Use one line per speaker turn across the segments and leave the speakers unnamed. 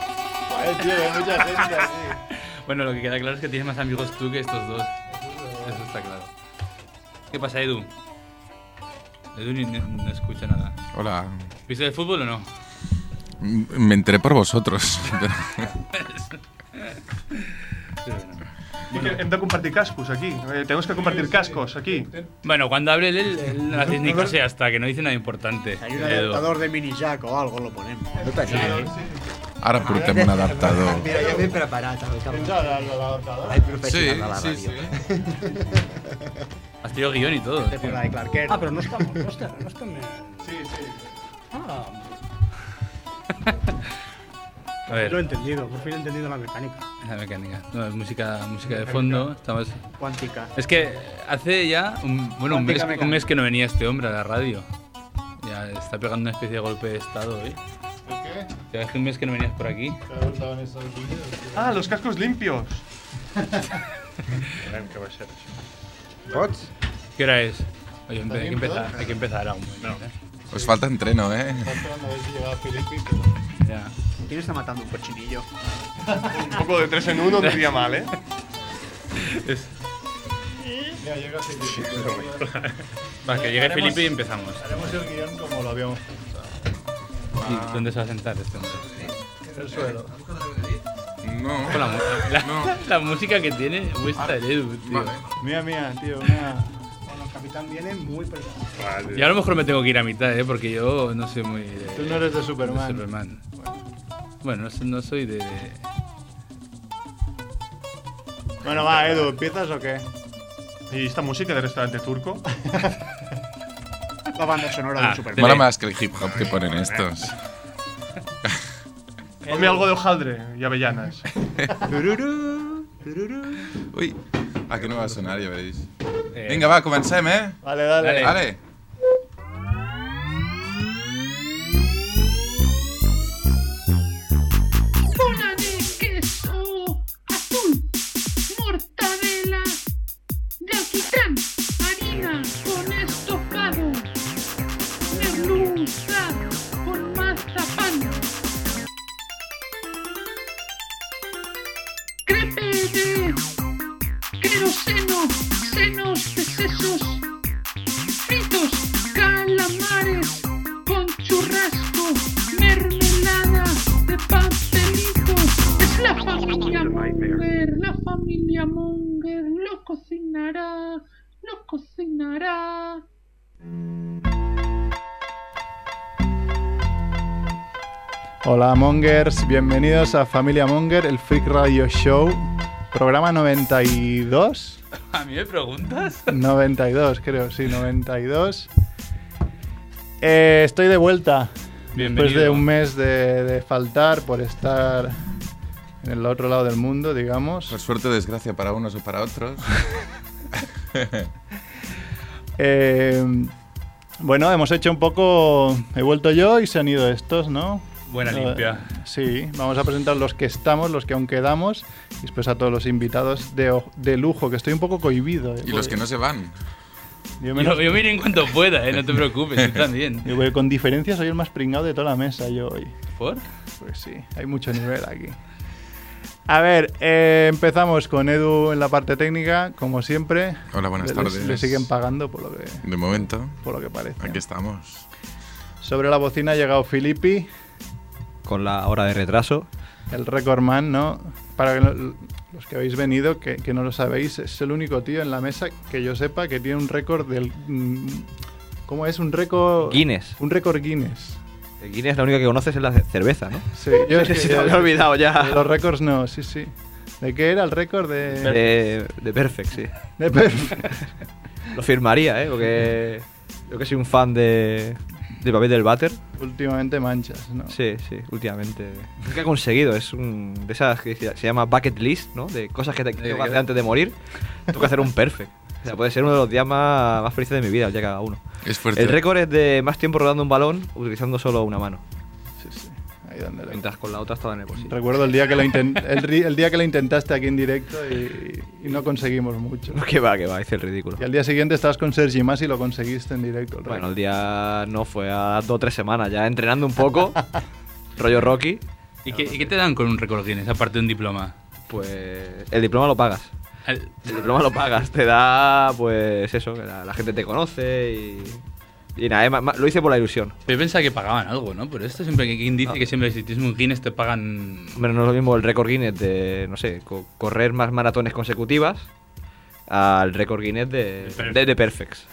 Eh, tío, hay mucha gente así.
Bueno, lo que queda claro es que tienes más amigos tú que estos dos. Eso está claro. ¿Qué pasa, Edu? Edu ni- ni- no escucha nada.
Hola.
¿Viste el fútbol o no?
M- Me enteré por vosotros. pero-
que Hem de compartir cascos aquí. Eh, tenemos que compartir cascos aquí.
Bueno, cuando hable él, él
El-
no haces ni
no lo-
caso y hasta que no dice nada importante.
Hay un
Edu.
adaptador de mini jack o algo, lo ponemos. No te
Ahora por tema un adaptador.
Ah, Mira, ya ben preparat, el camp.
Pensa al al adaptador.
Hay
Sí,
professional a la
sí,
ràdio.
sí.
Has tenido guión y todo. tío.
Temporada de Clarker.
Ah, però no estem, no estem, no estem...
Sí, sí.
Ah,
A
lo he
ver,
entendido, por fin he entendido la mecánica.
la mecánica. No, es música, música de fondo. Estamos...
Quàntica.
Es que hace ya un, bueno, un, mes,
Cuántica mecánica.
un mes que no venía este hombre a la radio. Ya está pegando una especie de golpe de estado hoy.
¿Por qué?
Ya hace un mes que no venías por aquí.
¿Te gustaban esos vídeos?
Ah, los cascos limpios. Veurem què va ser això.
Pots?
¿Qué hora es? Oye, empe- hay que
bien,
empezar,
perdón?
hay que empezar aún. ¿eh?
Os falta entreno, ¿eh?
Estaba esperando a ver si llegaba Filipe.
Ya.
¿Quién está matando un cochinillo?
Un poco de 3 en 1 no diría mal, ¿eh?
Es-
Mira, llega Filipe.
Va, que llegue
Haremos-
Felipe y empezamos.
Haremos el guión como lo habíamos pensado.
¿Y ¿Dónde se va a sentar este hombre?
En el suelo.
No.
Con la, mu- la- la música que tiene
Ah,
vuestra el Edu, tío.
Vale.
Mía, mía, tío, una.
Bueno, el capitán viene muy preparado.
Y a lo mejor me tengo que ir a mitad, ¿eh? Porque yo no soy muy... de-
Tú no eres de
de
Superman.
Superman. Bueno, no, soy- no soy de...
Bueno, va, Edu, ¿empiezas o qué?
¿Y esta música de restaurante turco?
La banda sonora
Ah,
del Superman.
Mola más que el hip hop que ponen estos.
Ponme algo de hojaldre y avellanas.
Tururú, tururú.
Uy, ah, aquí no va a sonar, ya veréis.
eh,
Vinga, va, comencem, eh?
Vale, dale.
Dale.
Vale.
bola de queso azul, mortadela de alquitrán, harina con estofado, merluza con mazapán, crepe de queroseno, senos de sesos, fritos, calamares con churrasco, mermelada de pastelitos. Es la familia Munger, la familia Munger lo cocinará, lo cocinará.
Hola Mongers, bienvenidos a Familia Monger, el Freak Radio Show, programa 92,
¿A mí me preguntas?
92 creo, sí, 92. Eh, estoy de vuelta,
Bienvenido.
después de un mes de, de faltar por estar en el otro lado del mundo,
Por
digamos.
suerte o desgracia para unos o para otros.
Eh, bueno, hemos hecho un poco, he vuelto yo y se han ido estos, ¿no?
Buena
Eh,
limpia.
Sí, vamos a presentar los que estamos, los que aún quedamos, y después a todos los invitados de, o- de lujo, que estoy un poco cohibido. eh,
Y los que no se van.
Yo, menos-
Yo, yo miro en cuanto pueda, ¿eh? No te preocupes, tú también.
yo voy- con diferencia soy el más pringado de toda la mesa yo hoy.
¿Por?
Pues sí, hay mucho nivel aquí. A ver, eh, empezamos con Edu en la parte técnica, como siempre.
Hola, buenas
Le- le-
tardes.
Le siguen pagando por lo que,
De momento,
por lo que parece.
aquí estamos.
Sobre la bocina ha llegado Filippi.
con la hora de retraso.
El Record Man, ¿no? Para que lo- los que habéis venido, que, que no lo sabéis, es el único tío en la mesa que yo sepa que tiene un récord del... mm, ¿Cómo es? Un récord...
Guinness.
Un récord Guinness.
El Guinness la única que conoces es la ce- cerveza, ¿no?
Sí, yo es que-
Se te había olvidado ya.
Los récords no, sí, sí. ¿De qué era el récord? De...
De, de Perfect, sí.
de perf-
Lo firmaría, ¿eh? Porque yo que soy un fan de, de papel del váter.
Últimamente manchas, ¿no?
Sí, sí, últimamente. ¿Qué ha conseguido? Es un de esas que se se llama bucket list, ¿no? De cosas que te- que tengo que hacer antes de morir. Tengo que hacer un Perfect. O sea, puede ser uno de los días más, más felices de mi vida, el día cada uno.
Es fuerte.
El récord es de más tiempo rodando un balón utilizando solo una mano.
Sí, sí. Ahí donde lo...
Mientras con la otra estaba en el bolsillo.
Recuerdo el día, que lo inten- el, ri- el día que lo intentaste aquí en directo y, y no conseguimos mucho.
Que va, que va, hice el ridículo.
Y al día siguiente estabas con Sergi Más y lo conseguiste en directo. el
Bueno,
récord.
el día no fue a dos o tres semanas, ya entrenando un poco, rollo Rocky,
¿Y qué, y qué te dan con un récord Guinness, aparte de un diploma?
Pues el diploma lo pagas.
Al-
El diploma lo pagas. Te da, pues eso, que la, la gente te conoce y... Y nada, eh, ma- ma- lo hice por la ilusión.
Yo pensaba que pagaban algo, ¿no? Pero esto siempre, ¿quién dice que siempre si tienes un Guinness te pagan...?
Hombre, no es lo mismo el récord Guinness de, no sé, co- correr más maratones consecutivas al récord Guinness de,
De perfect.
de, de Perfects.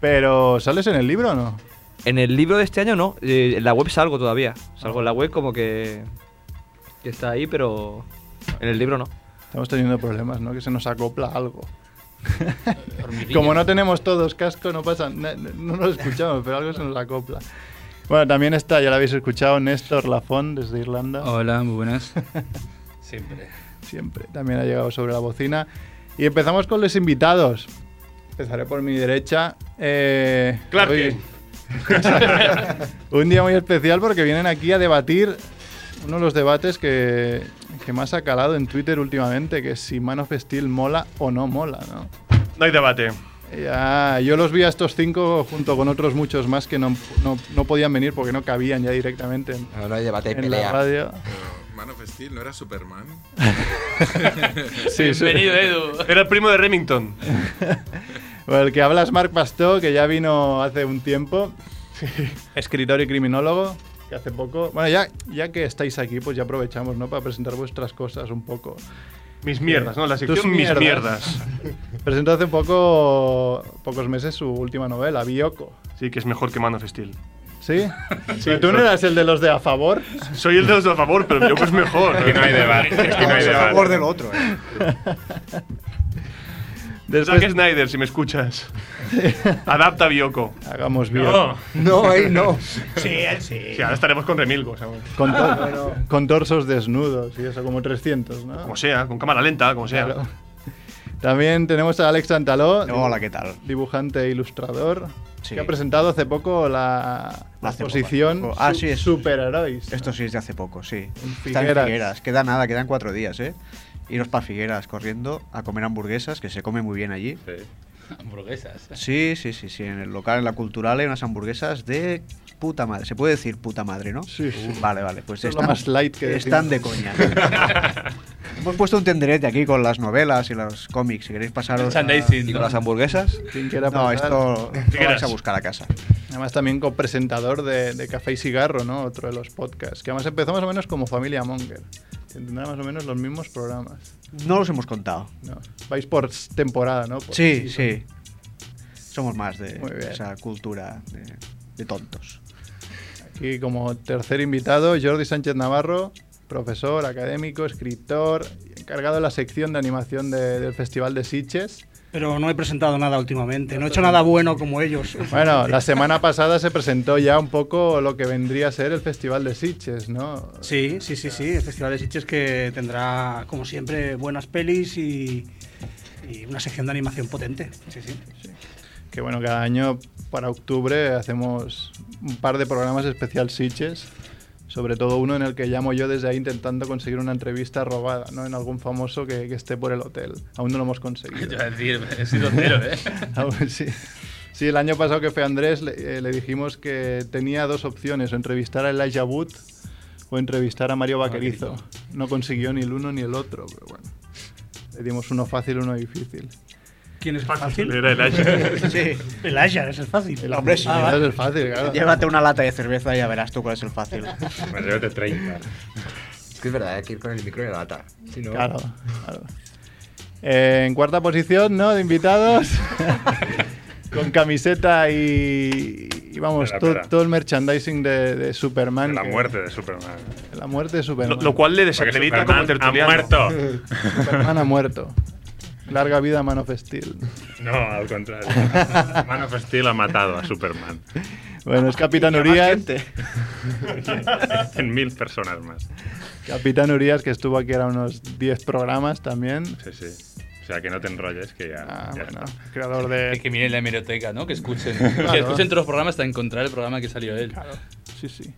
Pero, ¿sales en el libro o no?
En el libro de este año no, eh, en la web salgo todavía. Salgo en la web como que, que está ahí, pero en el libro no.
Estamos teniendo problemas, ¿no? Que se nos acopla algo.
hormiguillas?
Como no tenemos todos casco, no pasa, na- na- no nos escuchamos, pero algo se nos acopla. Bueno, también está, ya lo habéis escuchado, Néstor Lafón desde Irlanda.
Hola, muy buenas. siempre.
siempre. También ha llegado sobre la bocina. Y empezamos con los invitados. Empezaré por mi derecha. Eh,
Clark
hoy- un día muy especial porque vienen aquí a debatir uno de los debates que, que más ha calado en Twitter últimamente, que es si Man of Steel mola o no mola, ¿no?
No hay debate.
Ya, yo los vi a estos cinco junto con otros muchos más que no, no- no podían venir porque no cabían ya directamente en,
Ahora debate y
en la
pelea.
radio.
Man of Steel, ¿no era Superman?
Sí, sí.
Bienvenido, Edu.
Era el primo de Remington.
Bueno, el que habla es Marc Pastó, que ya vino hace un tiempo. Escritor y criminólogo, que hace poco. Bueno, ya, ya que estáis aquí, pues ya aprovechamos, ¿no? Para presentar vuestras cosas un poco.
Mis mierdas, ¿no? La sección
Tus
mis
mierdas.
mierdas.
Presentó hace poco, pocos meses su última novela, Bioco.
Sí, que es mejor que Man of Steel.
¿Sí? Pero tú no eras el de los de a favor.
Soy el de los a favor, pero yo es mejor.
Que no hay debate,
Es que no hay
a favor
debate.
del otro, eh.
Zack
Después
Snyder, si me escuchas. Adapta Bioko.
hagamos Bioco.
No, ahí no.
Sí, él sí.
Sí, ahora estaremos con Remilgos. aún.
Con,
Ah,
to- con torsos desnudos y eso, como 300, ¿no?
Como sea, con cámara lenta, como sea.
Claro. También tenemos a Alex Santaló.
Hola, ¿qué tal?
dibujante e ilustrador,
Sí.
que ha presentado hace poco la, la
Hace poco,
exposición
hace poco. Ah,
Su-
sí, es-
Superherois.
Esto sí es de hace poco, sí. Está en
Figueras.
Figueras. Queda nada, quedan cuatro días, ¿eh? Iros para Figueras corriendo a comer hamburguesas, que se come muy bien allí.
Hamburguesas.
Sí, sí, sí, sí. En el local, en la cultural, hay unas hamburguesas de puta madre. Se puede decir puta madre, ¿no?
Sí, sí.
Vale, vale. Pues
Es lo
están,
más light que
están de
decimos.
coña. Hemos puesto un tenderete aquí con las novelas y los cómics. Si queréis pasaros. a-
Merchandising,
Y
¿no?
con las hamburguesas,
Quien quiera
No,
pasar.
esto lo
Figueras.
vais a buscar a casa.
Además también copresentador de, de Café y Cigarro, ¿no? Otro de los podcasts. Que además empezó más o menos como Familia Monger. Tendrá más o menos los mismos programas.
No los hemos contado.
¿no? Vais por s- temporada, ¿no? Por
Sí,
season.
sí. Somos más de
Muy bien.
esa cultura de, de tontos.
Y como tercer invitado, Jordi Sánchez Navarro, profesor, académico, escritor, encargado de la sección de animación de- del Festival de Sitges.
Pero no he presentado nada últimamente. No he hecho nada bueno como ellos.
Bueno, la semana pasada se presentó ya un poco lo que vendría a ser el Festival de Sitges, ¿no?
Sí, sí, sí, sí. El Festival de Sitges que tendrá, como siempre, buenas pelis y, y una sección de animación potente. Sí, sí.
Que bueno, cada año para octubre hacemos un par de programas especial Sitges, sobre todo uno en el que llamo yo desde ahí intentando conseguir una entrevista robada, ¿no? En algún famoso que, que esté por el hotel. Aún no lo hemos
Te
conseguido.
iba a decir, he sido cero, ¿eh?
Aún sí. Sí, el año pasado que fue Andrés le, eh, le dijimos que tenía dos opciones, o entrevistar a Elijah Wood o entrevistar a Mario Vaquerizo. No consiguió ni el uno ni el otro, pero bueno. Le dimos uno fácil, uno difícil.
¿Quién es el
Fácil,
fácil?
era el Ash.
Sí.
El Asher es el fácil.
El hombre sí.
Ah,
Ese
vale.
es el fácil, claro.
Llévate una lata de cerveza y ya verás tú cuál es el fácil.
Es que es verdad, hay que ir con el micro y la lata. Si no,
Claro, claro. Eh, en cuarta posición, ¿no? De invitados. Con camiseta y, y vamos,
Espera,
todo-
espera.
todo el merchandising de, de Superman.
la
que-
muerte de Superman.
de la muerte de
Lo,
Superman.
lo cual le
Porque
desacredita como
Superman
tertuliano.
ha muerto.
Superman ha muerto. Larga vida Man of Steel.
No, al contrario. Man of Steel ha matado a Superman.
Bueno, es Capitán Urias.
este.
En mil personas más.
Capitán Urias, que estuvo aquí ahora unos 10 programas también.
Sí, sí. O sea, que no te enrolles, que ya.
Ah,
ya
bueno,
está.
creador
Que,
de.
que miren la hemeroteca, ¿no? Que escuchen. Que escuchen todos los programas hasta encontrar el programa que salió él.
Sí, sí.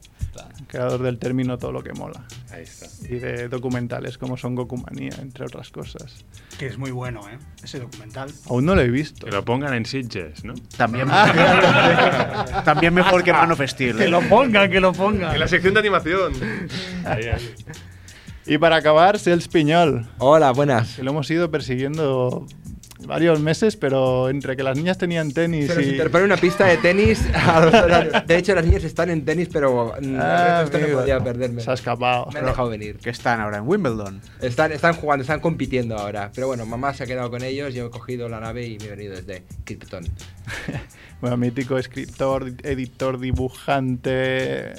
Creador del término Todo lo que mola.
Ahí está.
Y de documentales como Son Goku Manía, entre otras cosas.
Que es muy bueno, ¿eh? Ese documental.
Aún no lo he visto.
Que lo pongan en Sitges, ¿no?
También, también mejor que
Ah.
Man of Steel. ¿eh?
Que lo pongan, que lo pongan.
En la sección de animación.
Y para acabar, Sels Piñol.
Hola, buenas.
Que lo hemos ido persiguiendo varios meses, pero entre que las niñas tenían tenis
Se nos
y.
interpone una pista de tenis. a los horarios. de hecho, las niñas están en tenis, pero mm,
Ah,
esto no
amigo.
podía perderme.
Se ha escapado.
Me han dejado venir.
Que están ahora en Wimbledon.
Están, están jugando, están compitiendo ahora. Pero bueno, mamá se ha quedado con ellos. Yo he cogido la nave y me he venido desde Krypton.
Bueno, mítico escritor, editor, dibujante,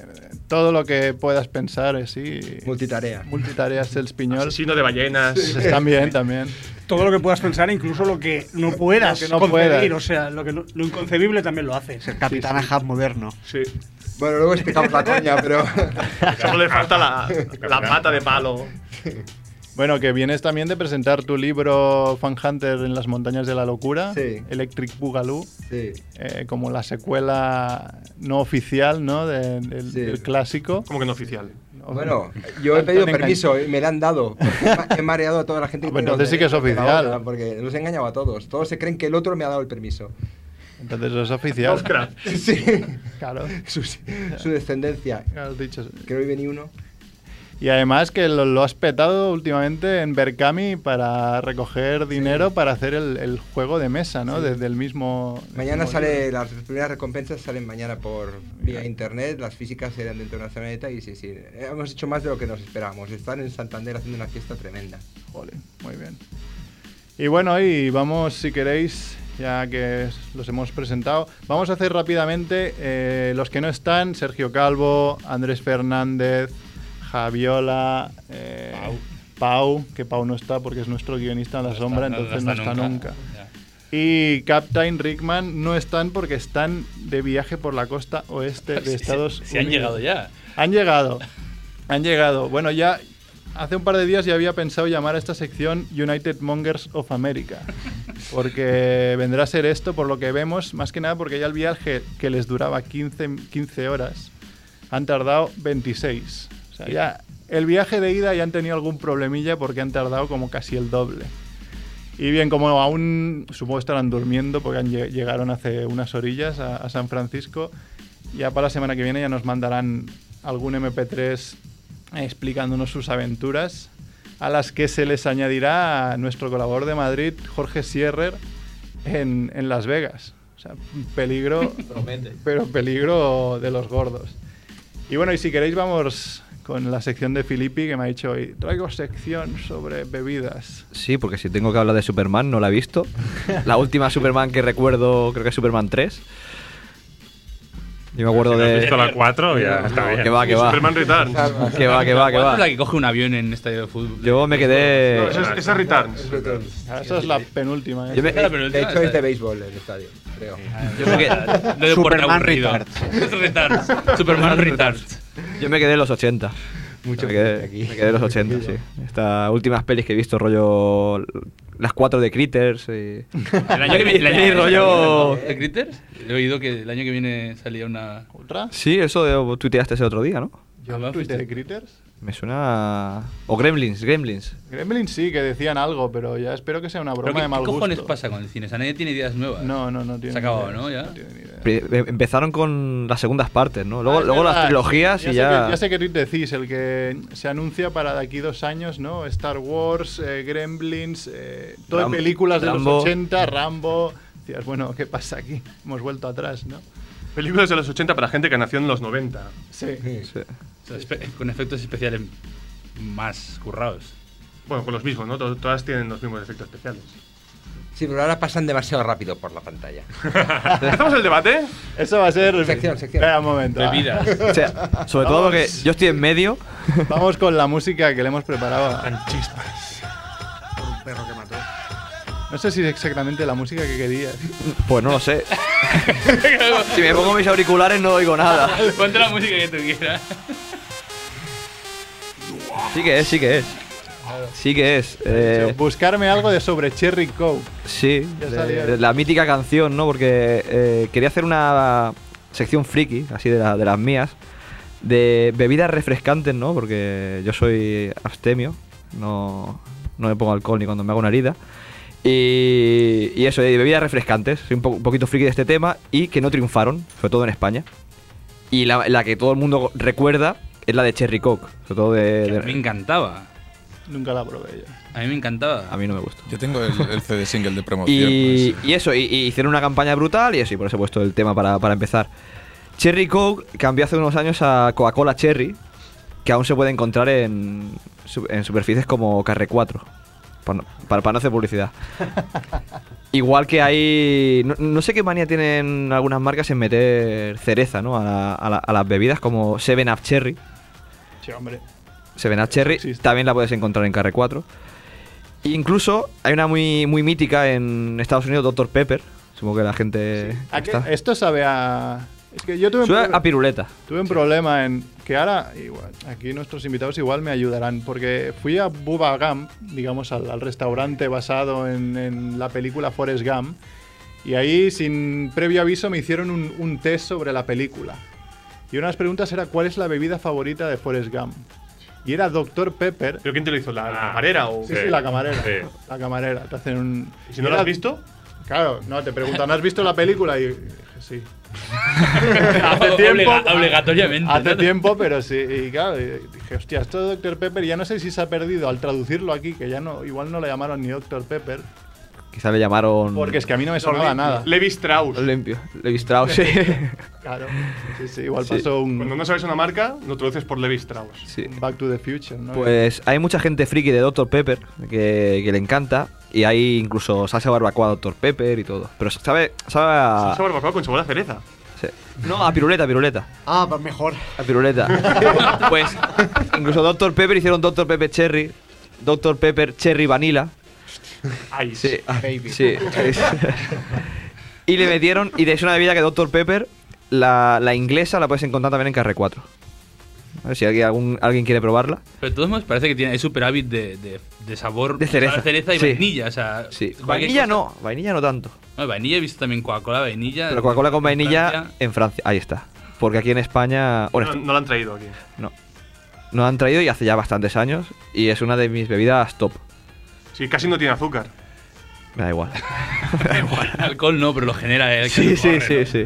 todo lo que puedas pensar, eh, sí.
Multitarea.
Multitarea, Sels Piñol.
Asesino de ballenas.
También, también.
Todo lo que puedas pensar, incluso lo que no puedas
Lo que no
concebir.
puedas.
O sea, lo, que no- lo inconcebible también lo haces.
Capitán Ahab moderno.
Sí.
Bueno, luego explicamos la coña, pero.
Solo le falta la, la pata de palo.
Bueno, que vienes también de presentar tu libro Fan Hunter en las montañas de la locura,
Sí.
Electric Boogaloo,
Sí.
eh, como la secuela no oficial, ¿no? De- del,
Sí.
del clásico.
Como que no oficial.
Bueno, yo he pedido
Están
permiso ¿eh? y me lo han dado. He ma- He mareado a toda la gente.
Ah, pues
tiene los
entonces sí que es
derechos de la
oficial.
otra, Porque los he engañado a todos. Todos se creen que el otro me ha dado el permiso.
Entonces es oficial.
Lovecraft.
Sí.
Claro,
Su, su descendencia.
claro, has dicho.
Que no vive ni uno.
Y además que lo, lo has petado últimamente en Berkami para recoger dinero para hacer el, el juego de mesa, ¿no? Desde el mismo...
Mañana
mismo
sale, las primeras recompensas salen mañana por vía internet, las físicas serán dentro de una semanita y sí, sí, eh, hemos hecho más de lo que nos esperábamos. Están en Santander haciendo una fiesta tremenda.
Jolín, muy bien. Y bueno, y vamos, si queréis, ya que es- los hemos presentado, vamos a hacer rápidamente eh, los que no están, Sergio Calvo, Andrés Fernández, Javiola, eh, Pau. que Pau no está porque es nuestro guionista en la sombra, entonces no está nunca.
Ya.
Y Captain Rickman no están porque están de viaje por la costa oeste de
Se-
Estados
se,
Unidos.
se han llegado ya.
Han llegado. Han llegado. Bueno, ya hace un par de días ya había pensado llamar a esta sección United Mongers of America. Porque vendrá a ser esto, por lo que vemos, más que nada porque ya el viaje que les duraba 15, 15 horas, han tardado 26. O sea, ya el viaje de ida ya han tenido algún problemilla porque han tardado como casi el doble. Y bien, como aún supongo estarán durmiendo porque han lle- llegaron hace unas orillas a, a San Francisco, ya para la semana que viene ya nos mandarán algún MP3 explicándonos sus aventuras, a las que se les añadirá a nuestro colaborador de Madrid, Jorge Sierrer, en, en Las Vegas. O sea, un peligro, pero peligro de los gordos. Y bueno, y si queréis vamos con la sección de Filippi que me ha dicho hoy, traigo sección sobre bebidas.
Sí, porque si tengo que hablar de Superman, no la he visto. La última Superman que recuerdo, creo que es Superman 3. Yo me acuerdo
Si no has
de.
visto la 4, ya está bien.
que va, que va.
Superman Returns.
Que va, que va, que
¿Cuál es la
va.
que coge un avión en estadio de fútbol?
Yo me quedé.
No, eso es, eso es Returns.
Ah, Esa es la penúltima. ¿eh?
Yo me-
Claro, pero el
De
tema
hecho, es
está-
de béisbol el estadio, creo.
ah, Yo creo que lo de
Superman
Superman aburrido.
Retards.
Retards. Superman Retards.
Yo me quedé en los 80.
Mucho
me quedé,
frente aquí.
me quedé en los 80, sí. Estas últimas pelis que he visto, rollo. Las cuatro de Critters. y-
El año que viene, el año que viene
rollo-
¿De Critters? He oído que el año que viene salía una.
¿Otra?
Sí, eso de, tuiteaste ese otro día, ¿no?
Ah, va,
¿Twitter de
fuiste.
Critters?
Me suena. O Gremlins, Gremlins.
Gremlin sí, que decían algo, pero ya espero que sea una
Pero
broma
¿Qué,
de mal
qué
gusto.
cojones pasa con el cine? O sea, nadie tiene ideas nuevas.
No, no, no tiene.
Se ha
ni
acabado,
idea,
¿no? Ya.
No tiene ni idea.
Pri- em- Empezaron con las segundas partes, ¿no? Luego,
Ah, es
luego las
verdad.
trilogías y
sé
ya.
que- ya sé que decís, el que se anuncia para de aquí dos años, ¿no? Star Wars, eh, Gremlins, eh, todo
Ram-
películas de
Rambo.
los 80, Rambo. Decías, bueno, ¿qué pasa aquí? Hemos vuelto atrás, ¿no?
Películas de los 80 para gente que nació en los 90.
Sí.
Sí.
O sea, espe- con efectos especiales más currados.
Bueno, con los mismos, ¿no? To- Todas tienen los mismos efectos especiales.
Sí, pero ahora pasan demasiado rápido por la pantalla.
¿Empezamos el debate?
Eso va a ser.
Sección, sección.
Espera un momento. va.
Bebidas.
O sea, sobre todo porque yo estoy en medio.
Vamos con la música que le hemos preparado. No sé si es exactamente la música que querías.
Pues no lo sé. si me pongo mis auriculares no oigo nada.
Ponte la música que tú quieras.
Sí que es, sí que es. Sí que es.
Pues,
eh,
Buscarme algo de sobre Cherry Coke.
sí,
Ya
de-
sabía.
de la mítica canción, ¿no? Porque eh, quería hacer una sección friki, así de, la- de las mías. De bebidas refrescantes, ¿no? Porque yo soy abstemio, no, no me pongo alcohol ni cuando me hago una herida. Y, y eso, de bebidas refrescantes. Soy un, po- un poquito friki de este tema y que no triunfaron, sobre todo en España. Y la, la que todo el mundo recuerda es la de Cherry Coke, sobre todo de. de-
Me encantaba.
Nunca la probé yo.
A mí me encantaba.
a mí no me gusta.
Yo tengo el, el CD single de promoción.
Y, y eso, y, y hicieron una campaña brutal y eso, y por eso he puesto el tema para, para empezar. Cherry Coke cambió hace unos años a Coca-Cola Cherry, que aún se puede encontrar en, su- en superficies como Carre 4, para, no- para, para no hacer publicidad. Igual que hay... No, no sé qué manía tienen algunas marcas en meter cereza ¿no? a, la- a la- a las bebidas, como Seven up Cherry.
Sí, hombre.
Seven Up Cherry, también la puedes encontrar en Carre 4. E incluso hay una muy, muy mítica en Estados Unidos, Dr. Pepper. Supongo que la gente.
¿A qué-
está-
Esto sabe a. Es que yo tuve un,
Suena
proble-
a piruleta.
tuve un problema en. Que ahora, igual, aquí nuestros invitados igual me ayudarán, porque fui a Bubba Gump, digamos, al, al restaurante basado en, en la película Forrest Gump, y ahí, sin previo aviso, me hicieron un, un test sobre la película. Y una de las preguntas era: ¿cuál es la bebida favorita de Forrest Gump? Y era Dr. Pepper.
¿Pero quién te lo hizo? ¿La
Ah.
camarera o.?
Sí, sí, la camarera. La camarera. Te hacen un.
¿Y si no la
Era-
has visto?
Claro, no, te preguntan, ¿has visto la película? Y dije, sí.
Obliga- obligatoriamente,
Hace
¿no?
tiempo, pero sí. Y claro, y dije, hostia, esto de Dr. Pepper, ya no sé si se ha perdido al traducirlo aquí, que ya no, igual no le llamaron ni Dr. Pepper,
Quizá le llamaron.
porque es que a mí no me sonaba nada.
Levi Strauss.
Limpio. Levi Strauss, sí.
Claro, sí, sí, igual
Sí.
pasó un
Cuando no sabes una marca, lo traduces por Levi Strauss.
Sí.
Back to the Future, ¿no?
Pues hay mucha gente friki de Dr. Pepper que, que le encanta. Y hay incluso salsa barbacoa Dr. Pepper y todo. Pero sabe, sabe a.
Salsa barbacoa con sabor a cereza.
sí. No, a piruleta, a piruleta.
Ah, va mejor.
A piruleta. pues incluso Dr. Pepper hicieron Dr. Pepper Cherry, Dr. Pepper Cherry Vanilla.
Ice.
Sí, ah, sí, es- y le metieron, y de hecho una bebida que Dr. Pepper, la, la inglesa la puedes encontrar también en Carre 4. A ver si alguien, algún- alguien quiere probarla.
Pero de todos modos parece que tiene, es superávit de, de, de sabor.
De cereza.
sabor a cereza y
Sí.
vainilla, o sea.
Sí.
cualquier
Vainilla
cosa-
no, vainilla no tanto.
No, vainilla he visto también Coca-Cola, vainilla.
Pero Coca-Cola con
en
vainilla
Francia.
en Francia, ahí está. Porque aquí en España... bueno,
No,
esto-
no la han traído aquí.
no. Nos han traído y hace ya bastantes años y es una de mis bebidas top.
Sí, casi no tiene azúcar.
Me da igual.
Alcohol no, pero lo genera él.
Sí, sí, sí, sí.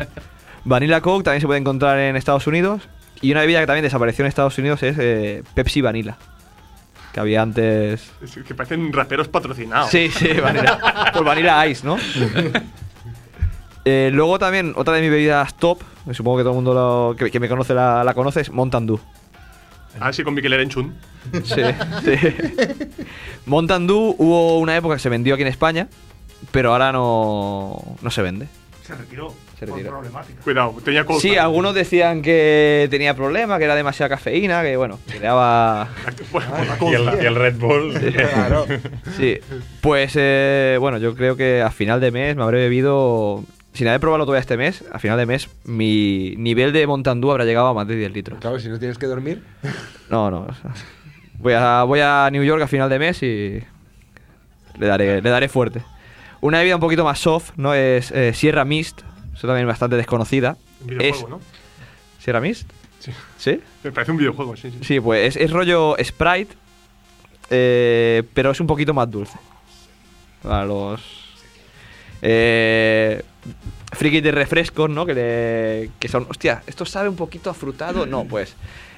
Vanilla Coke también se puede encontrar en Estados Unidos. Y una bebida que también desapareció en Estados Unidos es eh, Pepsi Vanilla. Que había antes.
Es que parecen raperos patrocinados.
Sí, sí, Vanilla. Por Vanilla Ice, ¿no? Eh, luego también, otra de mis bebidas top, que supongo que todo el mundo lo- que, que me conoce la, la conoce, es Mountain Dew.
Ah, sí, con Miquel Erenchun.
Sí, sí. Mountain Dew hubo una época que se vendió aquí en España, pero ahora no, no se vende.
Se retiró.
Se retiró.
Por problemática. Cuidado, tenía cosa.
Sí, algunos decían que tenía problemas, que era demasiada cafeína, que bueno, que le daba.
Y el, y el Red Bull.
Sí. Pues eh, bueno, yo creo que a final de mes me habré bebido. Sin haber probado todavía este mes, a final de mes mi nivel de Montandú habrá llegado a más de 10 litros.
Claro, si no tienes que dormir.
No, no. o sea, voy, a, voy a New York a final de mes y le daré, le daré fuerte. Una bebida un poquito más soft, ¿no? Es eh, Sierra Mist, eso también bastante desconocida.
Un videojuego,
Es-
¿no?
¿Sierra Mist?
Sí.
¿Sí?
Me parece un videojuego, sí, sí.
Sí, pues es, es rollo Sprite, eh, pero es un poquito más dulce. Para los eh, frikis de refrescos, ¿no? Que, le- que son, hostia, ¿esto sabe un poquito afrutado? No, pues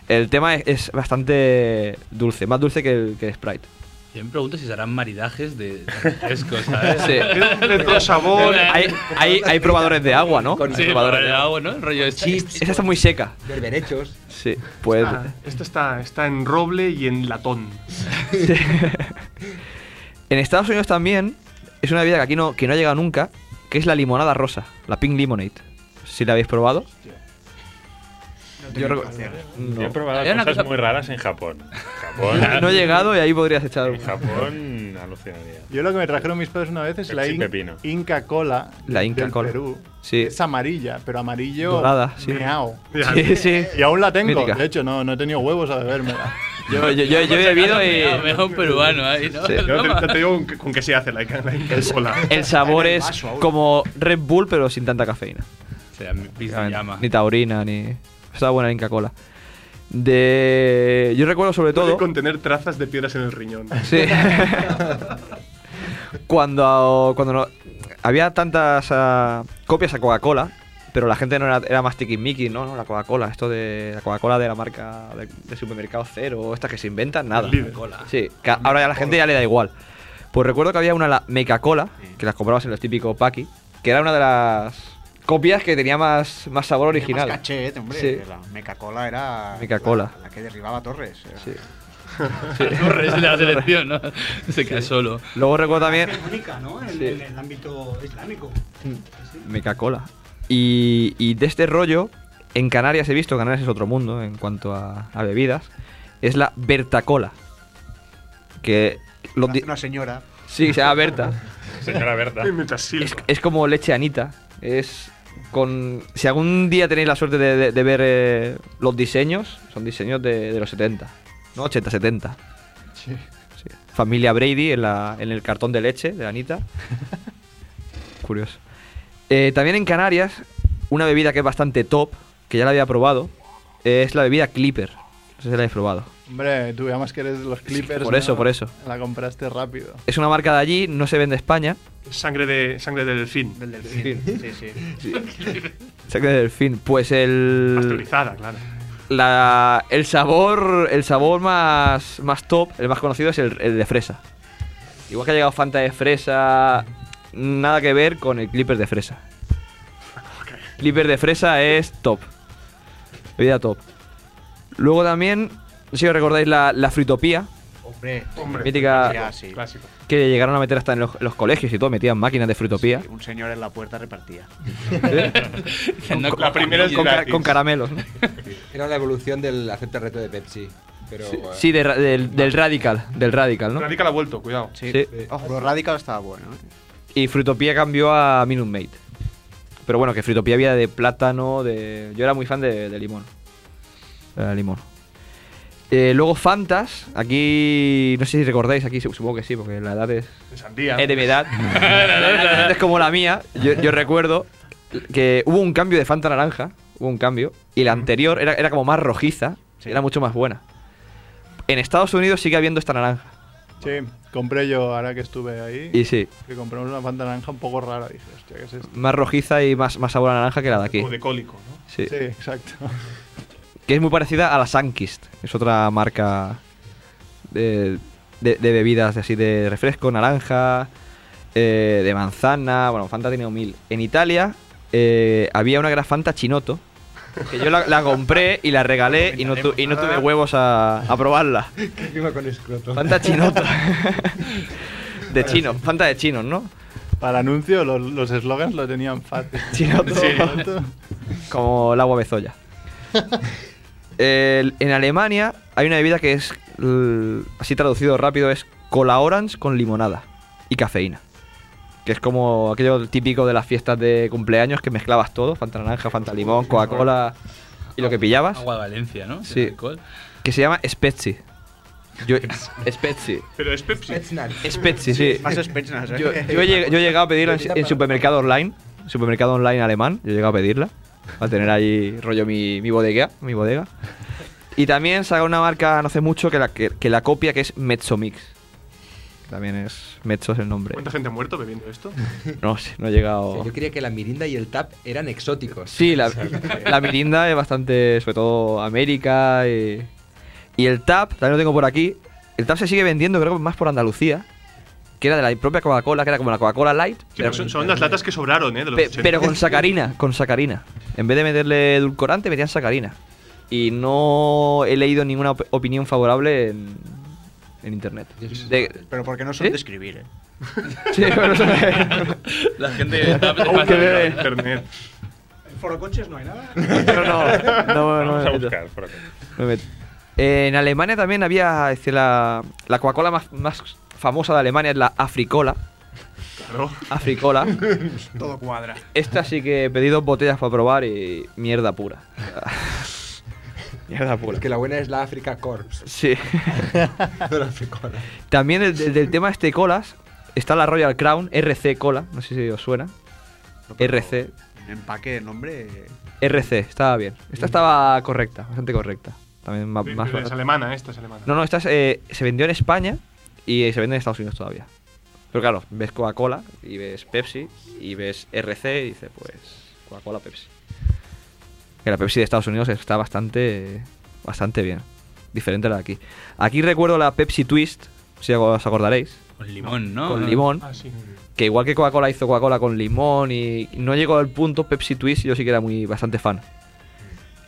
el tema es, es bastante dulce, más dulce que el, que el Sprite.
Yo me pregunto si se harán maridajes de refrescos, ¿sabes?
Sí.
De otro sabor.
Hay, hay, hay probadores de agua, ¿no?
Sí,
Hay probadores
para el agua, ¿no? El rollo este.
Esa está muy seca.
Berberechos.
Sí, pues...
Ah, esto está, está en roble y en latón.
En Estados Unidos también es una bebida que aquí no, que no ha llegado nunca, que es la limonada rosa, la pink lemonade. Si la habéis probado. Yo recu- no.
Yo he probado
Había una
cosas
cosa-
muy raras en Japón. Japón.
No, no he llegado y ahí podrías echar
En
un-
Japón alucinaría.
Yo lo que me trajeron mis padres una vez es la
Pepsi
in-
pepino.
Inca Cola.
La Inca
del
Kola.
Perú.
Sí.
Es amarilla, pero amarillo.
Dorada, sí.
meao.
Sí, sí.
Y aún la tengo.
Mítica.
De hecho, no, no he tenido huevos a bebérmela.
Yo, yo- yo- yo he bebido
Mejor
y
mejor un peruano ahí, ¿no?
Sí.
Yo te, yo te digo con, qué- con qué se hace la, la incasola.
el sabor es como Red Bull pero sin tanta cafeína.
O sea, mi pizza llama.
Ni taurina, ni... Está buena la Inca Cola. De. Yo recuerdo sobre todo.
Puede contener trazas de piedras en el riñón.
Sí. cuando. Cuando no- Había tantas ah, copias a Coca-Cola, pero la gente no era, era más tiquismiqui, ¿no? no la Coca-Cola, esto de. La Coca-Cola de la marca de, de supermercado cero, estas que se inventan, nada.
Líder.
Sí, que ahora ya a la gente ya le da igual. Pues recuerdo que había una la Meca-Cola, que las comprabas en los típicos Paki, que era una de las copias que tenía más, más sabor original.
Más cachet, hombre.
Sí.
La Meca-Cola era
Meca-Cola.
La, la que derribaba Torres. era-
Sí.
Corre, es de la selección, ¿no? Se queda solo.
Luego recuerdo también
Es única, ¿no? En,
Sí.
en el ámbito islámico.
Meca-Cola. Y, y de este rollo, en Canarias he visto, Canarias es otro mundo en cuanto a, a bebidas, es la Berta-Cola. Que... lo
Una,
di-
una señora.
sí, se llama Berta.
Señora Berta.
Y mientras silba.
Es, es como leche anita. Es con. Si algún día tenéis la suerte de, de- de ver eh, los diseños, son diseños de, de los 70, ¿no? 80, 70. Sí. Familia Brady en, la- en el cartón de leche de Anita. Curioso. Eh, también en Canarias, una bebida que es bastante top, que ya la había probado, es la bebida Clipper. No sé si la habéis probado.
Hombre, tú además que eres de los clippers.
Por eso,
¿no?
por eso.
La compraste rápido.
Es una marca de allí, no se vende en España.
Sangre de sangre del delfín.
Del delfín. Sí, sí.
Se del delfín. Pues el.
Pasteurizada, claro.
La- el sabor, el sabor más, más top, el más conocido es el, el de fresa. Igual que ha llegado Fanta de fresa, nada que ver con el Clipper de fresa. Clipper de fresa es top. Bebida top. Luego también, no sé si os recordáis la, la fritopía,
Hombre.
Hombre.
mítica,
Ya, sí.
Clásico.
que llegaron a meter hasta en los, los colegios y todo, metían máquinas de fritopía.
Sí, Un señor en la puerta repartía.
No,
la primera es
Con, cara-
gratis.
con caramelos. ¿no?
Era la evolución del acepta el reto de Pepsi. Pero, eh,
Sí, de ra- del, del radical, del radical, ¿no?
Radical ha vuelto, cuidado.
Sí.
Sí.
Ojo, lo radical estaba bueno. ¿eh?
Y Frutopía cambió a Minute Maid. Pero bueno, que Frutopía había de plátano, de... Yo era muy fan de, de limón. Eh, limón. Eh, luego Fantas, aquí... No sé si recordáis, aquí su- supongo que sí, porque la edad es...
En Sandía.
Es eh, de mi edad. La edad es como la mía. Yo, yo recuerdo que hubo un cambio de Fanta naranja. Hubo un cambio. Y la anterior era, era como más rojiza.
Sí.
Era mucho más buena. En Estados Unidos sigue habiendo esta naranja.
Sí, compré yo ahora que estuve ahí.
Y sí,
Que compramos una fanta naranja un poco rara. Dije, hostia, ¿qué es esto?
más rojiza y más, más sabor a naranja que la de aquí.
Como de cólico, ¿no?
Sí.
Sí, exacto.
que es muy parecida a la Sunkist, que es otra marca de, de- de bebidas así de refresco, naranja, eh, de manzana. Bueno, Fanta ha tenido mil. En Italia eh, había una que era Fanta Chinoto, que yo la, la compré y la regalé y no, tu- y no tuve huevos a, a probarla.
¿qué clima con escroto?
Fanta Chinoto. De chino, Fanta de chinos, ¿no?
Para anuncio, los los eslogans lo tenían fácil.
Chinoto.
Chinoto.
Como el agua bezoya. El- en Alemania hay una bebida que es, l- así traducido rápido, es cola orange con limonada y cafeína. Que es como aquello típico de las fiestas de cumpleaños que mezclabas todo, Fanta naranja, Fanta limón, Coca-Cola y lo que pillabas.
Agua de Valencia, ¿no?
Sí.
El Ah, alcohol.
Que se llama Spezi. Yo, Spezi.
Pero es Pepsi.
Snacks.
Spezi, sí.
Más Spencer, ¿sabes?
Yo, yo he lleg- ¿eh? yo he llegado a pedirla en, en supermercado online, supermercado online alemán, yo he llegado a pedirla, a tener ahí rollo mi, mi bodega, mi bodega. Y también saca una marca no hace mucho que la, que, que la copia que es Mezzomix. que También es Mezzo es el nombre.
¿Cuánta gente ha muerto bebiendo esto?
No sé, no
O sea,
he llegado.
yo creía que la mirinda y el tap eran exóticos.
Sí, la, la mirinda es bastante, sobre todo América y, y el tap, también lo tengo por aquí. El tap se sigue vendiendo creo que más por Andalucía, que era de la propia Coca-Cola, que era como la Coca-Cola Light.
Sí, son, son las latas que sobraron, ¿eh? De los
Pe-
80.
pero con sacarina, con sacarina. En vez de meterle edulcorante, metían sacarina. Y no he leído ninguna op- opinión favorable en, en internet. De-
Pero porque no son
¿Sí?
de escribir, ¿eh?
Sí, pero eso-
La gente que está
Aún
pasa-
queda en internet.
En foro coches no hay nada.
pero no, no, no,
Vamos
me
a
meto,
buscar por aquí.
no me meto. Eh, en Alemania también había es decir, la, la Coca-Cola más, más famosa de Alemania, es la Africola.
Claro.
Africola.
Todo cuadra.
Esta sí que he pedido botellas para probar y mierda pura. mierda pura.
Es que la buena es la África Corps.
Sí.
no la Africora.
También el- del, del tema este colas está la Royal Crown RC Cola, no sé si os suena.
No, pero
RC.
Un empaque de nombre.
RC, estaba bien. Esta estaba correcta, bastante correcta. También ma-
Pero
más
es
barata.
alemana, esta es alemana.
No, no, esta es, eh, se vendió en España y se vende en Estados Unidos todavía. Pero claro, ves Coca-Cola y ves Pepsi y ves RC y dices, pues, Coca-Cola, Pepsi. Que la Pepsi de Estados Unidos está bastante, bastante bien. Diferente a la de aquí. Aquí recuerdo la Pepsi Twist, si os acordaréis,
Con limón, ¿no?
con limón.
Ah, sí.
Que igual que Coca-Cola hizo Coca-Cola con limón y no llegó al punto Pepsi Twist, yo sí que era muy bastante fan.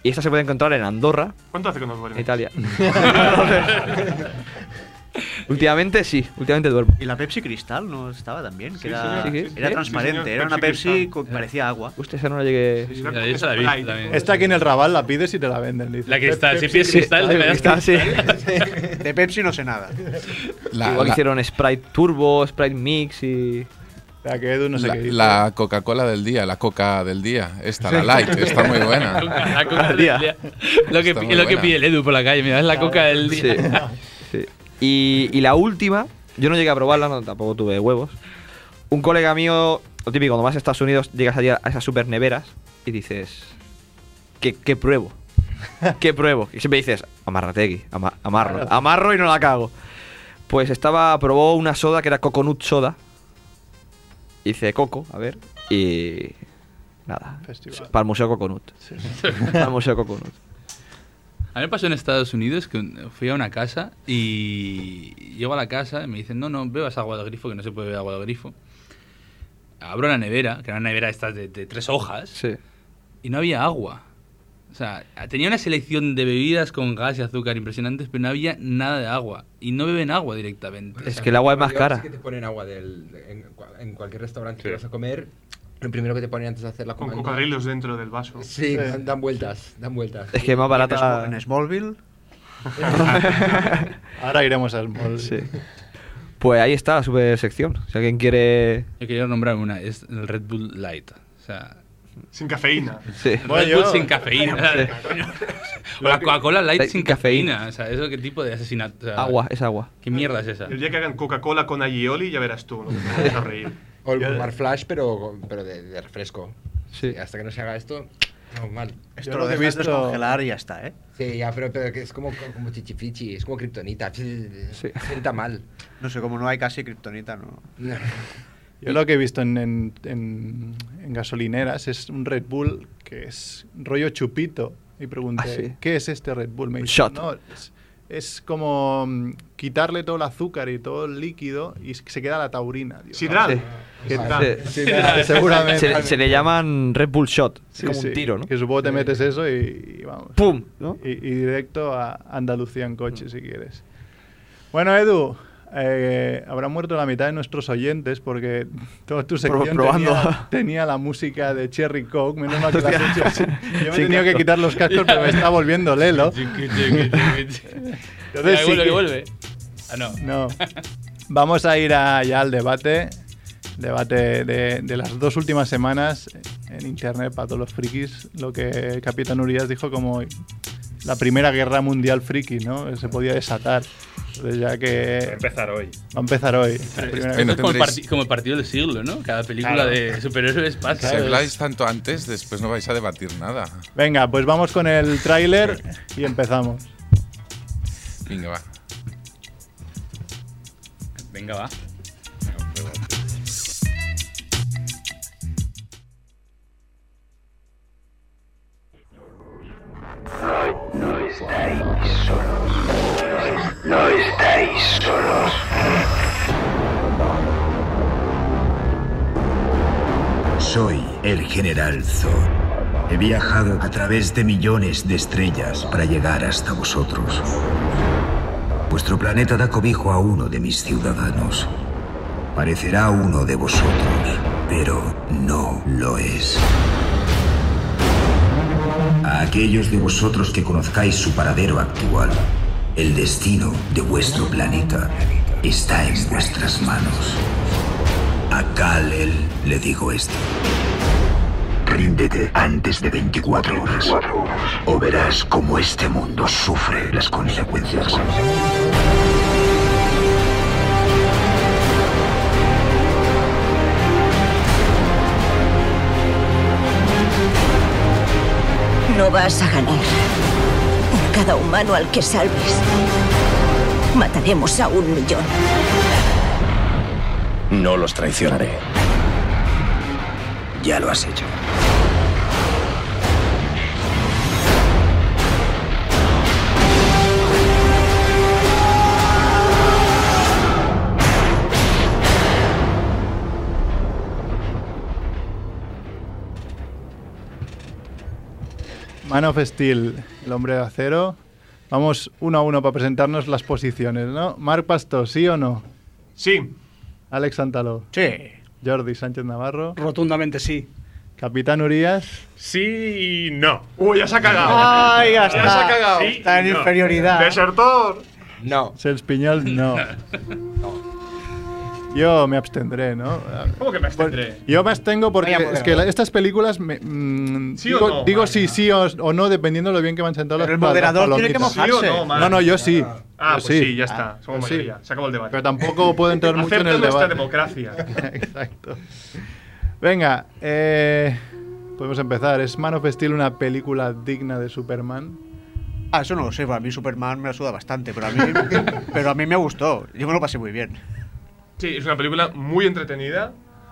Y esta se puede encontrar en Andorra,
¿Cuánto hace que nos volvemos?
en Italia. últimamente sí, últimamente duermo.
Y la Pepsi Cristal no estaba tan bien, que
Sí,
era,
señor,
sí, sí.
era
Sí,
transparente,
señor,
era una
Pepsi
Pepsi
Cristal.
que parecía agua.
Usted esa no la llegué.
Ah, Sí, sí,
La de esa la he
es
visto
light.
también.
Esta aquí en el Raval la pides y te la venden. dice.
La que está, si
Pepsi
pides cristal, te
cristal,
das
Está,
cristal.
sí.
De Pepsi no sé nada.
La,
igual que
la-
hicieron Sprite Turbo, Sprite Mix y.
La que Edu no sé
la-
qué dice.
la Coca-Cola del día, la Coca del día. Esta, la Light, está muy buena.
La coca del
Tía.
día. Lo que,
Está
pi-
muy
lo que
buena.
pide el Edu por la calle, mira, es la coca del
Sí.
día.
sí. Y, y la última, yo no llegué a probarla, no, tampoco tuve huevos. Un colega mío, lo típico, cuando vas a Estados Unidos, llegas allí a esas super neveras y dices, ¿qué, qué pruebo? ¿Qué pruebo? Y siempre dices, amarrategui, ama- amarro, amarro y no la cago. Pues estaba, probó una soda que era coconut soda. Hice coco, a ver, y nada.
Festival.
Para el Museo Coconut. Para el Museo Coconut.
A mí me pasó en Estados Unidos que un- fui a una casa y llego a la casa y me dicen, no, no, bebas agua de grifo, que no se puede beber agua de grifo. Abro la nevera, que era una nevera estas de, de tres hojas,
Sí.
y no había agua. O sea, tenía una selección de bebidas con gas y azúcar impresionantes, pero no había nada de agua. Y no beben agua directamente.
Es que el agua es más
Lo peor
cara.
que te ponen agua del, en, cua- en cualquier restaurante
Sí.
que vas a comer. Lo primero que te ponen antes de hacer la
Con
comanda-
cocodrilos dentro del vaso.
Sí, dan, dan vueltas, dan vueltas.
Es que es más barata.
En Smallville,
Ahora iremos al mall.
Sí. Pues ahí está la super sección. Si alguien quiere.
Yo quería nombrar una, es el Red Bull Light. O sea,
Sin cafeína.
Sí.
Bueno,
Red Bull
yo-
sin cafeína. o la Coca-Cola Light sin cafeína. O sea, ¿eso qué tipo de asesinato? O sea,
Agua, es agua.
¿Qué mierda es esa?
El día que hagan Coca-Cola con agioli, ya verás tú. ¿no? Te vas a reír.
O el Mar Flash, pero, pero de, de refresco.
Sí.
Y hasta que no se haga esto, no, mal.
esto
Yo
lo
lo que he
dejas
visto-
descongelar y ya está, ¿eh?
Sí, ya, pero, pero que es como, como chichifichi, es como kriptonita. Sienta mal.
No sé, como no hay casi kriptonita, no.
Yo lo que he visto en, en- en- en gasolineras es un Red Bull que es rollo chupito. Y pregunté,
Ah, sí.
¿qué es este Red Bull? Me dice,
Shot.
"No, es, es como mm, quitarle todo el azúcar y todo el líquido y s- se queda la taurina. Digo,
Sidral.
Sí.
Sidral.
Sí.
"No, Seguramente.
Se, se le llaman Red Bull Shot. Es
Sí,
como
sí,
un tiro, ¿no?
Que supongo te metes eso y, y vamos.
¡Pum! ¿no? Mm.
Y, y directo a Andalucía en coche, si quieres. Bueno, Edu, eh, habrá muerto la mitad de nuestros oyentes porque toda tu sección
probando.
Tenía, tenía la música de Cherry Coke. Menos mal que la has hecho. sin- Yo me he
Sin
tenido que
casco.
quitar los cascos, pero me está volviendo lelo.
Entonces,
Entonces sí
vuelve,
que-
que vuelve. Ah, no.
No. Vamos a ir a- ya al debate. Debate de, de las dos últimas semanas en internet para todos los frikis. Lo que Capitán Urias dijo como la primera guerra mundial friki, ¿no? Se podía desatar. Entonces, ya
Voy a
que
empezar hoy.
va a empezar hoy. la primera
Bueno,
guerra.
Esto es como el,
tendréis-
parti- como el partido del siglo, ¿no? Cada película
Claro.
de superhéroes pasa.
Si
Es-
habláis tanto antes, después no vais a debatir nada.
Venga, pues vamos con el tráiler y empezamos.
Venga, va.
Venga, va.
Soy el general Zod. He viajado a través de millones de estrellas para llegar hasta vosotros. Vuestro planeta da cobijo a uno de mis ciudadanos. Parecerá uno de vosotros, pero no lo es. A aquellos de vosotros que conozcáis su paradero actual, el destino de vuestro planeta está en vuestras manos. A Kalel le digo esto. Ríndete antes de 24 horas o verás cómo este mundo sufre las consecuencias.
No vas a ganar. Por cada humano al que salves, mataremos a un millón.
No los traicionaré. Ya lo has hecho.
Man of Steel, el hombre de acero. Vamos uno a uno para presentarnos las posiciones, ¿no? Marc Pasto, ¿sí o no?
Sí.
Alex Santaló.
Sí.
Jordi Sánchez Navarro.
Rotundamente sí.
Capitán Urias.
Sí y no.
Uy, ya se ha cagado.
Ay, ya
Ya se ha cagado.
Sí
Está en
y no.
inferioridad.
Desertor.
No.
Sels Piñol, no. Yo me abstendré, ¿no?
¿Cómo que me abstendré?
Yo me abstengo porque
Vaya
es que
moderador.
la- estas películas me, mm,
¿Sí o
digo,
no,
digo
Mario?
sí, sí o, o no, dependiendo de lo bien que me han sentado
Pero
las
el
pa- las
moderador tiene que
palomitas.
¿Sí o
mojarse.
no, Mar?
No, no, yo sí.
Ah,
Yo
pues sí, ya está. Somos
Yo sí.
mayoría. Se acabó el debate.
Pero tampoco puedo entrar mucho en
Acepta
el
nuestra
debate.
democracia.
Exacto. Venga, eh, podemos empezar. ¿Es Man of Steel una película digna de Superman?
Ah, eso no lo sé, para mí Superman me la suda bastante, pero a mí, pero a mí me gustó, yo me lo pasé muy bien.
Sí, es una película muy entretenida.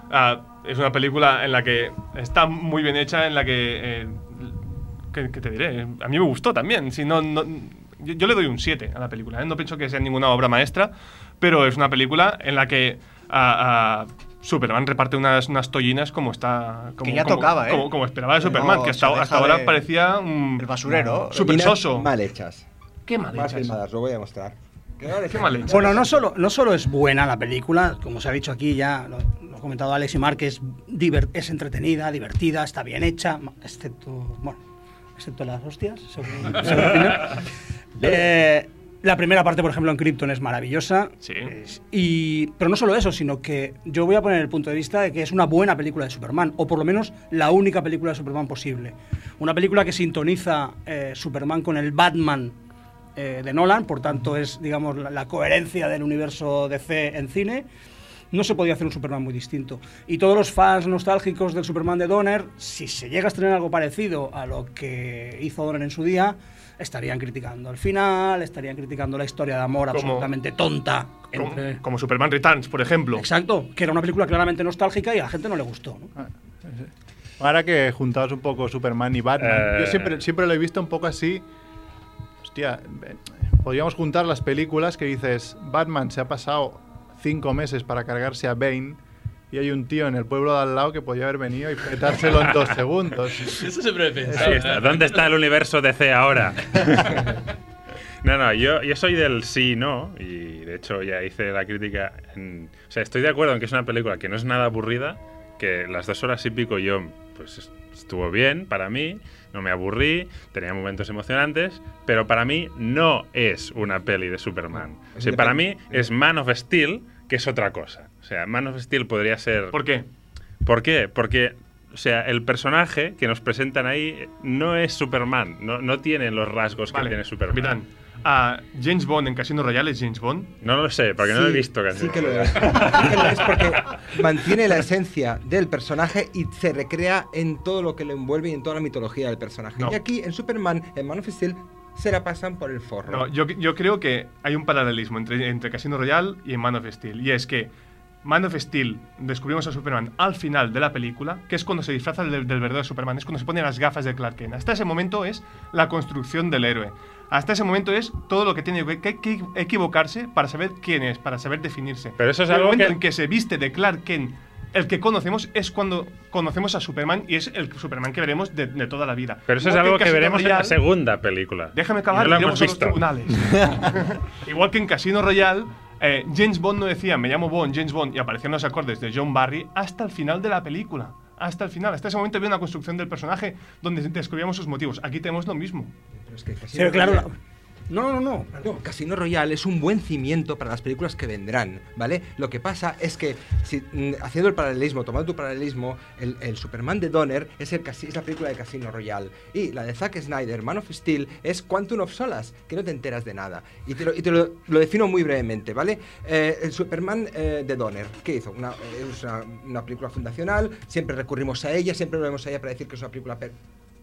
Ah, es una película en la que está muy bien hecha, en la que... eh, ¿qué, qué te diré? A mí me gustó también. Si no, no- yo, yo le doy un 7 a la película. ¿eh? No pienso que sea ninguna obra maestra, pero es una película en la que... ah, ah, Superman reparte unas, unas tollinas como está. Como,
Que ya
como-
tocaba, ¿eh?
Como, como esperaba de
No,
Superman, que hasta,
se deja
hasta ahora
de-
parecía.
mm,
un
el basurero. eh,
Super
Minas
soso.
Mal hechas.
Qué mal
Mal
hecha es.
filmadas, lo voy a mostrar.
Qué mal hecha
Bueno,
es.
no solo, no solo es buena la película, como se ha dicho aquí ya, lo, lo ha comentado Alex y Mark, que es, diver- es entretenida, divertida, está bien hecha, ma- excepto, bueno, excepto las hostias, según- según opinan. Eh, la primera parte, por ejemplo, en Krypton es maravillosa.
Sí.
Es- y, pero no solo eso, sino que yo voy a poner el punto de vista de que es una buena película de Superman, o por lo menos la única película de Superman posible. Una película que sintoniza eh, Superman con el Batman eh, de Nolan, por tanto es, digamos, la, la coherencia del universo DC en cine. No se podía hacer un Superman muy distinto. Y todos los fans nostálgicos del Superman de Donner, si se llega a estrenar algo parecido a lo que hizo Donner en su día, estarían criticando el final, estarían criticando la historia de amor
Como-
absolutamente tonta.
Como,
entre-
como Superman Returns, por ejemplo.
Exacto, que era una película claramente nostálgica y a la gente no le gustó. ¿no?
Ahora que juntabas un poco Superman y Batman,
Eh.
yo siempre, siempre lo he visto un poco así. Hostia, eh, podríamos juntar las películas que dices: Batman se ha pasado cinco meses para cargarse a Bane. Y hay un tío en el pueblo de al lado que podía haber venido y petárselo en dos segundos.
Eso siempre lo he pensado.
Ahí está. ¿Dónde está el universo DC ahora? No, no, yo, yo soy del sí y no, y de hecho ya hice la crítica. en- o sea, estoy de acuerdo en que es una película que no es nada aburrida, que las dos horas y pico yo, pues es- estuvo bien para mí, no me aburrí, tenía momentos emocionantes, pero para mí no es una peli de Superman. O sea, para mí es Man of Steel, que es otra cosa. O sea, Man of Steel podría ser.
¿Por qué?
¿Por qué? Porque, o sea, el personaje que nos presentan ahí no es Superman, no, no tiene los rasgos que tiene Superman.
capitán. Ah, James Bond en Casino Royale es James Bond.
No lo sé, porque no lo he
Sí,
visto casi.
Sí que lo es. Sí que lo es porque mantiene la esencia del personaje y se recrea en todo lo que lo envuelve y en toda la mitología del personaje.
No.
Y aquí en Superman, en Man of Steel, se la pasan por el forro.
No, yo, yo creo que hay un paralelismo entre, entre Casino Royale y Man of Steel. Y es que Man of Steel descubrimos a Superman al final de la película, que es cuando se disfraza del, del verdadero Superman, es cuando se pone las gafas de Clark Kent. Hasta ese momento es la construcción del héroe. Hasta ese momento es todo lo que tiene que, que- que equivocarse para saber quién es, para saber definirse.
Pero eso es
En el
algo
momento
que-
en que se viste de Clark Kent, el que conocemos es cuando conocemos a Superman y es el Superman que veremos de, de toda la vida.
Pero eso es
Igual que
algo que
Casino
veremos en la
Royale-
segunda película.
Déjame
Y
acabar,
No lo hemos
iremos a los
visto.
tribunales. Igual que en Casino Royale, eh, James Bond no decía, me llamo Bond, James Bond, y aparecían los acordes de John Barry hasta el final de la película. Hasta el final, hasta ese momento había una construcción del personaje donde descubríamos sus motivos. Aquí tenemos lo mismo.
Pero es que Casino
Pero claro, la-
Royale-
no, no, no.
No, Casino Royale es un buen cimiento para las películas que vendrán, ¿vale? Lo que pasa es que, si, mm, haciendo el paralelismo, tomando tu paralelismo, el, el Superman de Donner es, el, casi- es la película de Casino Royale. Y la de Zack Snyder, Man of Steel, es Quantum of Solace, que no te enteras de nada. Y te lo, y te lo- lo defino muy brevemente, ¿vale? Eh, el Superman eh, de Donner, ¿qué hizo? Una, es una, una película fundacional, siempre recurrimos a ella, siempre volvemos a ella para decir que es una película per-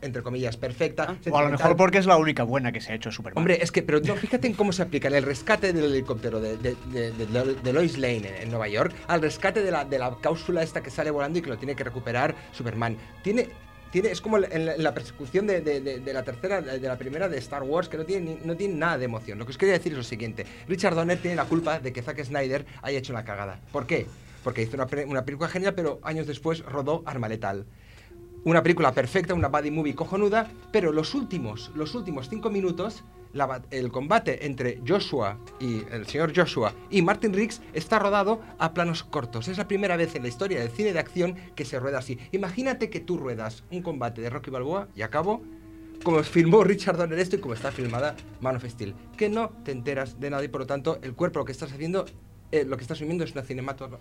entre comillas, perfecta.
Ah, O a lo mejor porque es la única buena que se ha hecho Superman.
Hombre, es que, pero no, fíjate en cómo se aplica el rescate del helicóptero de, de, de, de Lois Lane en, en, Nueva York al rescate de la, de la cápsula esta que sale volando y que lo tiene que recuperar Superman. Tiene tiene, es como en la, en la persecución de, de, de, de, la tercera, de la primera de Star Wars, que no tiene, no tiene nada de emoción. Lo que os quería decir es lo siguiente: Richard Donner tiene la culpa de que Zack Snyder haya hecho una cagada. ¿Por qué? Porque hizo una, una película genial, pero años después rodó Arma Letal. Una película perfecta, una body movie cojonuda, pero los últimos, los últimos cinco minutos la, el combate entre Joshua y el señor Joshua y Martin Riggs está rodado a planos cortos. Es la primera vez en la historia del cine de acción que se rueda así. Imagínate que tú ruedas un combate de Rocky Balboa y acabo como filmó Richard Donner esto y como está filmada Man of Steel, que no te enteras de nada y por lo tanto el cuerpo lo que estás haciendo eh, lo que estás viviendo es una,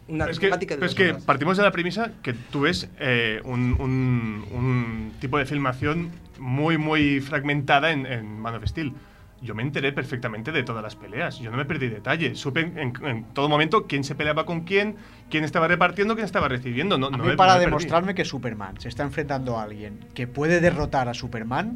una
es que,
de
Es que partimos de la premisa que tú ves eh, un, un, un, tipo de filmación muy, muy fragmentada en, en Man of Steel yo me enteré perfectamente de todas las peleas. Yo no me perdí detalles. Supe en, en, en, todo momento quién se peleaba con quién, quién estaba repartiendo, quién estaba recibiendo. No,
a
no
mí
me,
para
no me
demostrarme perdí. que Superman se está enfrentando a alguien que puede derrotar a Superman,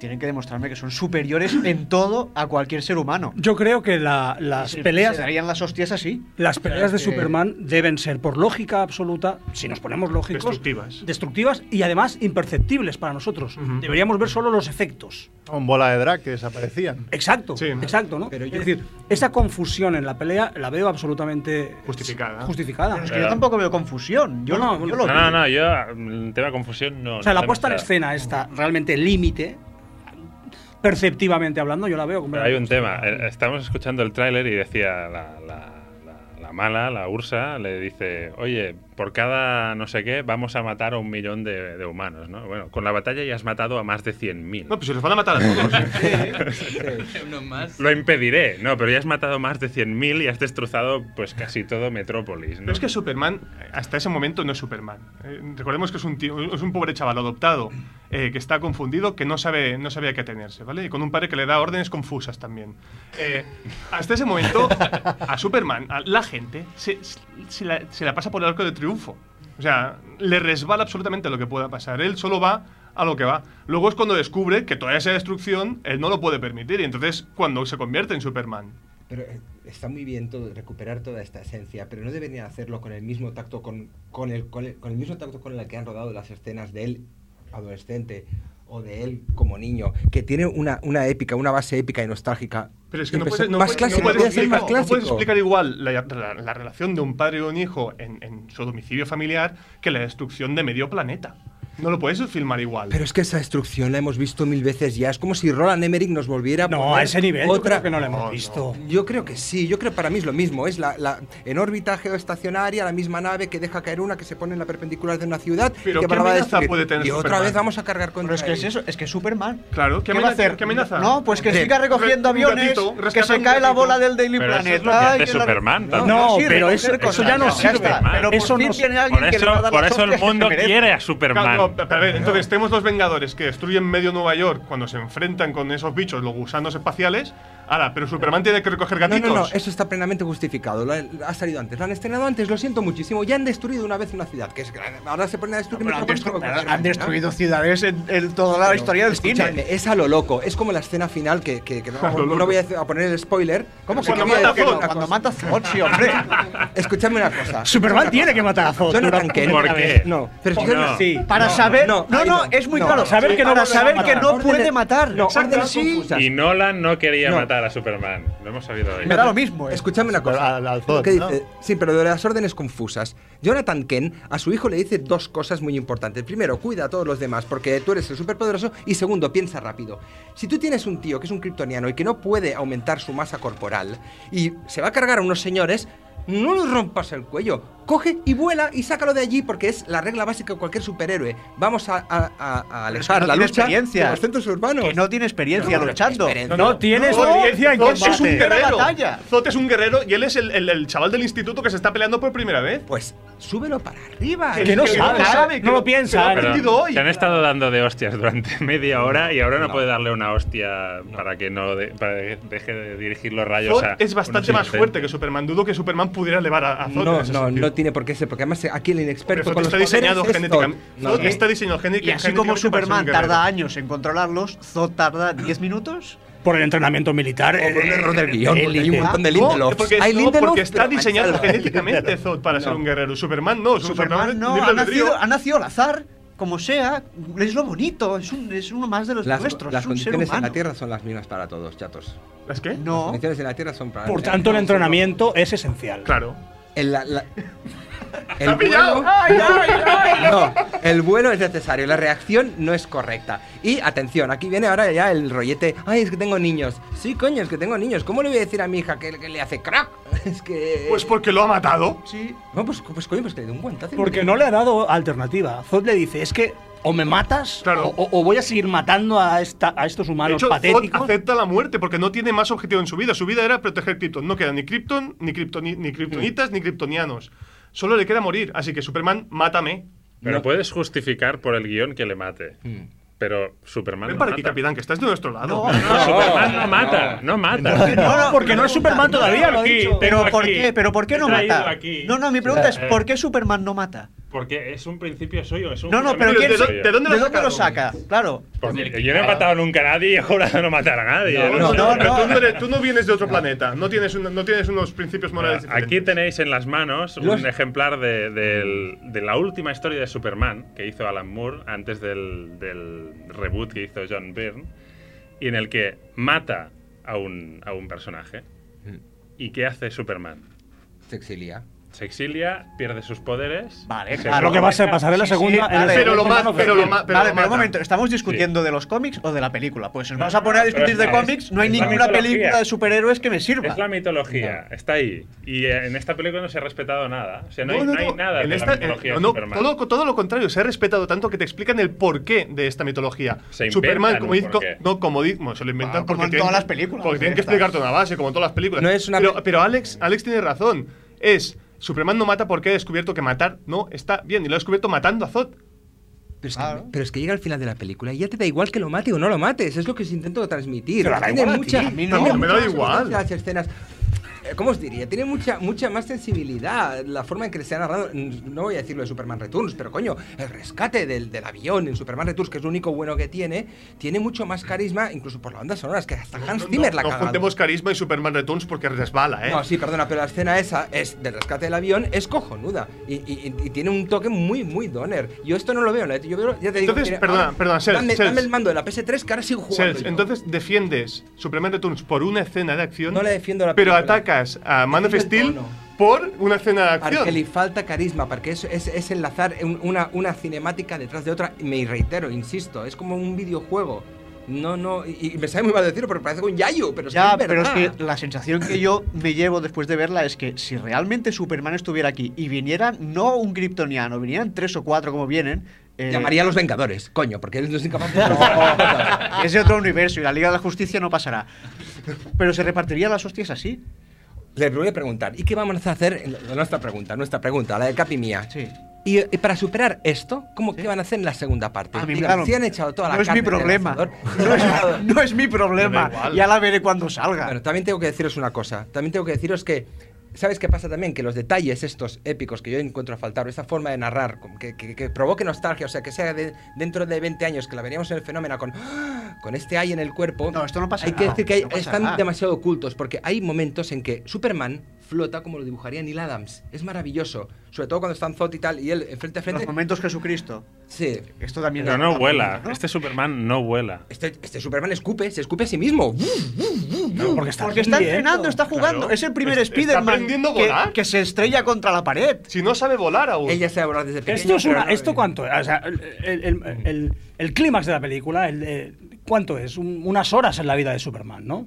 tienen que demostrarme que son superiores en todo a cualquier ser humano.
Yo creo que la, las
se,
peleas.
Se darían las hostias así.
Las peleas
eh,
de Superman deben ser, por lógica absoluta, si nos ponemos lógicos.
Destructivas.
Destructivas y además imperceptibles para nosotros. Uh -huh. Deberíamos ver solo los efectos.
Con bola de drag que desaparecían.
Exacto. Sí, ¿no? Exacto, ¿no? Pero yo... Es decir, esa confusión en la pelea la veo absolutamente.
Justificada.
Justificada.
Pero es que Pero... yo tampoco veo confusión. Yo no, no, yo
lo no, no, no, yo. El tema de confusión no.
O sea,
no
la puesta en escena está realmente límite perceptivamente hablando, yo la veo.
Pero hay un tema. Eh, Estamos escuchando el tráiler y decía la, la, la, la, mala, la ursa, le dice, oye, por cada no sé qué vamos a matar a un millón de, de humanos, ¿no? Bueno, con la batalla ya has matado a más de 100.000.
No, pues se los van a matar a todos.
Lo impediré, no, pero ya has matado más de 100.000 y has destrozado pues casi todo Metrópolis, ¿no?
Pero es que Superman, hasta ese momento, no es Superman. Eh, recordemos que es un, tío, es un pobre chaval adoptado. Eh, que está confundido, que no sabe, no sabía qué atenerse, ¿vale? Y con un padre que le da órdenes confusas también. Eh, hasta ese momento, a Superman, a la gente se, se, la, se, la, pasa por el arco de triunfo. O sea, le resbala absolutamente lo que pueda pasar. Él solo va a lo que va. Luego es cuando descubre que toda esa destrucción él no lo puede permitir y entonces cuando se convierte en Superman.
Pero eh, está muy bien todo, recuperar toda esta esencia, pero no deberían hacerlo con el mismo tacto con, con, el, con, el, con el mismo tacto con el que han rodado las escenas de él adolescente o de él como niño, que tiene una, una épica, una base épica y nostálgica.
Pero es que no puedes, no, puedes, no, puedes explicar, no puedes, explicar igual la, la, la, relación de un padre o un hijo en, en, su domicilio familiar que la destrucción de medio planeta. No lo puedes filmar igual.
Pero es que esa destrucción la hemos visto mil veces ya. Es como si Roland Emmerich nos volviera a
No, poner a ese nivel otra... Yo creo que no la hemos visto.
Yo creo que sí. Yo creo que para mí es lo mismo. Es la, la, en órbita geoestacionaria la misma nave que deja caer una que se pone en la perpendicular de una ciudad.
Pero
y que
¿qué amenaza puede tener
Y otra
Superman?
vez vamos a cargar contra
Pero es que es eso. Es que Superman.
Claro. ¿Qué, ¿Qué
va a hacer?
¿Qué amenaza?
No, pues que siga recogiendo aviones, que se cae la bola del Daily
pero
Planet.
Eso es lo que hace Superman.
La... No, pero eso, eso ya no sirve.
Pero por fin tiene alguien que le va a dar
Por eso el mundo quiere a Superman.
Pero a ver, entonces tenemos los Vengadores que destruyen medio Nueva York cuando se enfrentan con esos bichos, los gusanos espaciales. Ahora, pero Superman tiene que recoger gatitos.
No, no, no, eso está plenamente justificado. Lo ha, ha salido antes, lo han estrenado antes, lo siento muchísimo. Ya han destruido una vez una ciudad, que es grande. Ahora se ponen a destruir. No,
han, destru han, destruido ciudades en, en toda la pero, historia del cine.
Es a lo loco, es como la escena final que, que, que no, no, voy a, poner el spoiler.
¿Cómo que cuando, mata que no, cuando mata a Zod, sí, hombre.
Escuchadme una cosa.
Superman tiene que matar a Zod.
Yo no tanqué.
¿Por qué?
No, pero
sí. Oh, Para saber. No, no, es muy claro. Saber
Ah,
que no, para saber que no puede matar.
No, sí.
Y Nolan no quería matar a Superman. Lo hemos sabido hoy.
Me da lo mismo. eh.
Escúchame una cosa.
Al, al Zod, ¿no?
Sí, pero de las órdenes confusas. Jonathan Ken a su hijo le dice dos cosas muy importantes. Primero, cuida a todos los demás porque tú eres el superpoderoso. Y segundo, piensa rápido. Si tú tienes un tío que es un kryptoniano y que no puede aumentar su masa corporal y se va a cargar a unos señores, no le rompas el cuello. Coge y vuela y sácalo de allí porque es la regla básica de cualquier superhéroe. Vamos a, a, a alejar
no
la lucha
experiencia.
de los centros urbanos.
Que no tiene experiencia no, luchando.
No, no, no, tiene experiencia en combate.
es un guerrero. Zot es un guerrero y él es el, el, el, chaval del instituto que se está peleando por primera vez.
Pues súbelo para arriba.
Ah, Que, que no sabe, sabe que no lo piensa.
Pero hoy. Se han estado dando de hostias durante media hora y ahora no, puede darle una hostia para que no de, para que deje de dirigir los rayos Zod a
es bastante más fuerte que Superman. Dudo que Superman pudiera elevar a, a Zod
No, no, no tiene por qué ser, porque además aquí el inexperto
Pero
con los
está diseñado
poderes es
genéticamente.
Thor.
Zod está diseñado gené-
Y
genéticamente.
así como
para ser un
Superman
guerrero.
tarda años en controlarlos, Zod tarda 10 minutos.
Por el entrenamiento militar.
O por un
eh,
error del guión, porque hay un
Ah,
montón de
No,
Lindelof.
porque,
hay
no,
Lindelof,
porque está
pero
diseñado
manchado.
genéticamente Zod para ser un guerrero. Superman no.
Superman no,
libre
ha
albedrío.
nacido, ha nacido al azar, como sea, es lo bonito, es, un- es uno más de los
Las,
nuestros,
las
es un ser
condiciones en
humano.
la Tierra son las mismas para todos, chatos.
¿Es qué?
Las
No,
condiciones en la Tierra son para
Por tanto, el entrenamiento es esencial.
Claro.
El, la- la- el
¡Está pillado!
bueno- No, el bueno es necesario, la reacción no es correcta. Y atención, aquí viene ahora ya el rollete. Ay, es que tengo niños. Sí, coño, es que tengo niños. ¿Cómo le voy a decir a mi hija que, que le hace crack? Es que.
Pues porque lo ha matado.
sí,
No, pues, pues coño, pues que le dé un guantazo.
Porque no le ha dado alternativa. Zod le dice, es que o me matas
Claro.
o, o voy a seguir matando a, esta, a estos
De
humanos
hecho, Zod
patéticos.
acepta la muerte porque no tiene más objetivo en su vida. Su vida era proteger Krypton. No queda ni Krypton, ni, kryptoni- ni kryptonitas, ni kryptonianos. Solo le queda morir. Así que Superman, mátame.
Pero puedes justificar por el guión que le mate.
Hmm.
Pero Superman
Ven
no
para
mata.
aquí, capitán, que estás de nuestro lado.
No, Superman no mata, no mata.
No, porque no es Superman todavía, lo ha
Aquí,
dicho.
tengo
pero ¿por
aquí,
qué? ¿Pero por qué
he
no
traído
mata?
aquí.
No, no, mi pregunta es
Eh,
¿por qué Superman no mata?
Porque es un principio suyo. Es un
No, no, pero
fundamento
¿quién
¿de,
soy?
suyo.
de dónde
¿De
lo
dónde lo
sacaron?
saca? Claro.
Porque yo no he matado nunca a nadie y he jurado no matar a nadie.
No,
No,
no,
pero
no.
Tú, no eres- tú no vienes de otro planeta. No tienes, un- no tienes unos principios morales
Mira, Ah, Aquí
diferentes.
tenéis en las manos un
Los-
ejemplar de, del- de la última historia de Superman que hizo Alan Moore antes del, del reboot que hizo John Byrne y en el que mata a un, a un personaje. ¿Y qué hace Superman?
Mm. Se exilia.
Se exilia, pierde sus poderes.
Vale,
se
claro.
Lo que va a ser- pasará en la
Sí, sí,
segunda. en la
vale,
Pero lo
segunda
más,
mano
pero lo más, pero
vale,
lo
pero
mata.
un momento, estamos discutiendo de los cómics o de la película. Pues nos vamos a poner a discutir
es
de
la-
cómics, no hay
es la
ninguna
mitología.
película de superhéroes que me sirva.
Es la mitología, está ahí. Y eh, en esta película no se ha respetado nada. O sea, no, hay, no hay nada
En
de
esta-
la
eh,
mitología
no,
de
no,
Superman.
Todo, todo lo contrario, se ha respetado tanto que te explican el porqué de esta mitología.
Se
Superman,
inventan
como
un
dice,
porqué.
no, como dice, bueno, se lo inventan
Bueno,
porque
como en
tienen
todas
que-
las películas,
Porque
¿eh?
tienen que
Estas.
explicarte una base, como en todas las películas.
No es una
pero,
pe-
pero Alex, Alex tiene razón. Es Superman no mata porque ha descubierto que matar no está bien y lo ha descubierto matando a Zod.
Pero es,
Claro.
que, pero es que llega al final de la película y ya te da igual que lo mate o no lo mates. Es lo que os intento transmitir.
Pero da
tiene
igual a ti,
mucha,
a mí no.
tiene
Me da
mucha más
igual.
sustancia Las escenas. Eh, ¿Cómo os diría? Tiene mucha, mucha más sensibilidad la forma en que se ha narrado. mm, No voy a decirlo de Superman Returns, pero coño, el rescate del, del avión en Superman Returns, que es lo único bueno que tiene, tiene mucho más carisma, incluso por la banda sonora. Es que hasta Hans
No-
Zimmer
no,
la ha
no
cagado.
juntemos carisma y Superman Returns porque resbala, ¿eh?
No, sí, perdona, pero la escena esa es del rescate del avión es cojonuda y, y- y tiene un toque muy, muy doner. Yo esto no lo veo, ¿no? yo veo, ya te digo.
Entonces,
mira,
perdona,
ahora,
perdona, Sels,
dame,
Sels.
dame el mando de la PS3 que ahora sigo jugando.
Sels,
yo.
entonces defiendes Superman Returns por una escena de acción.
No le defiendo la
Pero
película.
atacas a Man of
Defiendo el
Steel
tono.
por una escena de acción.
Porque le falta carisma, porque es, es, es enlazar un- una, una cinemática detrás de otra. Y Me reitero, insisto, es como un videojuego. No, no, y, y me sale muy mal decirlo, pero parece un yayo, pero es
Ya,
que es
pero es
verdad.
que la sensación que yo me llevo después de verla es que si realmente Superman estuviera aquí y vinieran no un kryptoniano, vinieran tres o cuatro como vienen, eh,
Llamaría a los Vengadores, coño, porque él no es incapaz de...
es de otro universo y la Liga de la Justicia no pasará. Pero se repartirían las hostias así.
Les voy a preguntar, ¿y qué vamos a hacer? Nuestra pregunta, nuestra pregunta, la de Capi mía.
Sí.
Y, y para superar esto, ¿cómo que van a hacer en la segunda parte?
A mí me
Digan,
da lo-
si han echado toda la
no es mi
carne del
problema.
asador, si
No
han echado-
es, no es mi problema.
Me da igual.
Ya la veré cuando salga.
Bueno, también tengo que deciros una cosa. También tengo que deciros que. ¿Sabes qué pasa también? Que los detalles estos épicos que yo encuentro a faltar, o esa forma de narrar, como que, que- que provoque nostalgia, o sea, que sea de- dentro de 20 años, que la veríamos en el fenómeno con, ¡Ah! con este ay en el cuerpo.
No, esto no pasa
Hay que
nada,
decir que hay-
no pasa
están
nada.
demasiado ocultos, porque hay momentos en que Superman flota como lo dibujaría Neil Adams. Es maravilloso. Sobre todo cuando están Zot y tal, y él eh, frente a
Los
frente.
momentos Jesucristo.
Sí.
Esto también
Pero
es-
no vuela.
¿no?
Este Superman no vuela.
Este, este Superman escupe, se escupe a sí mismo.
porque está,
Porque está
bien.
entrenando, está jugando.
Claro.
Es el primer
Es- está
Spider-Man
aprendiendo a
que,
volar.
que se estrella contra la pared.
Si no sabe volar aún.
Ella se habla desde pequeño.
Esto es
pero
una,
no-
esto cuánto, o sea, el, el- el- el- el clímax de la película, el, eh, cuánto es, Un- unas horas en la vida de Superman, ¿no?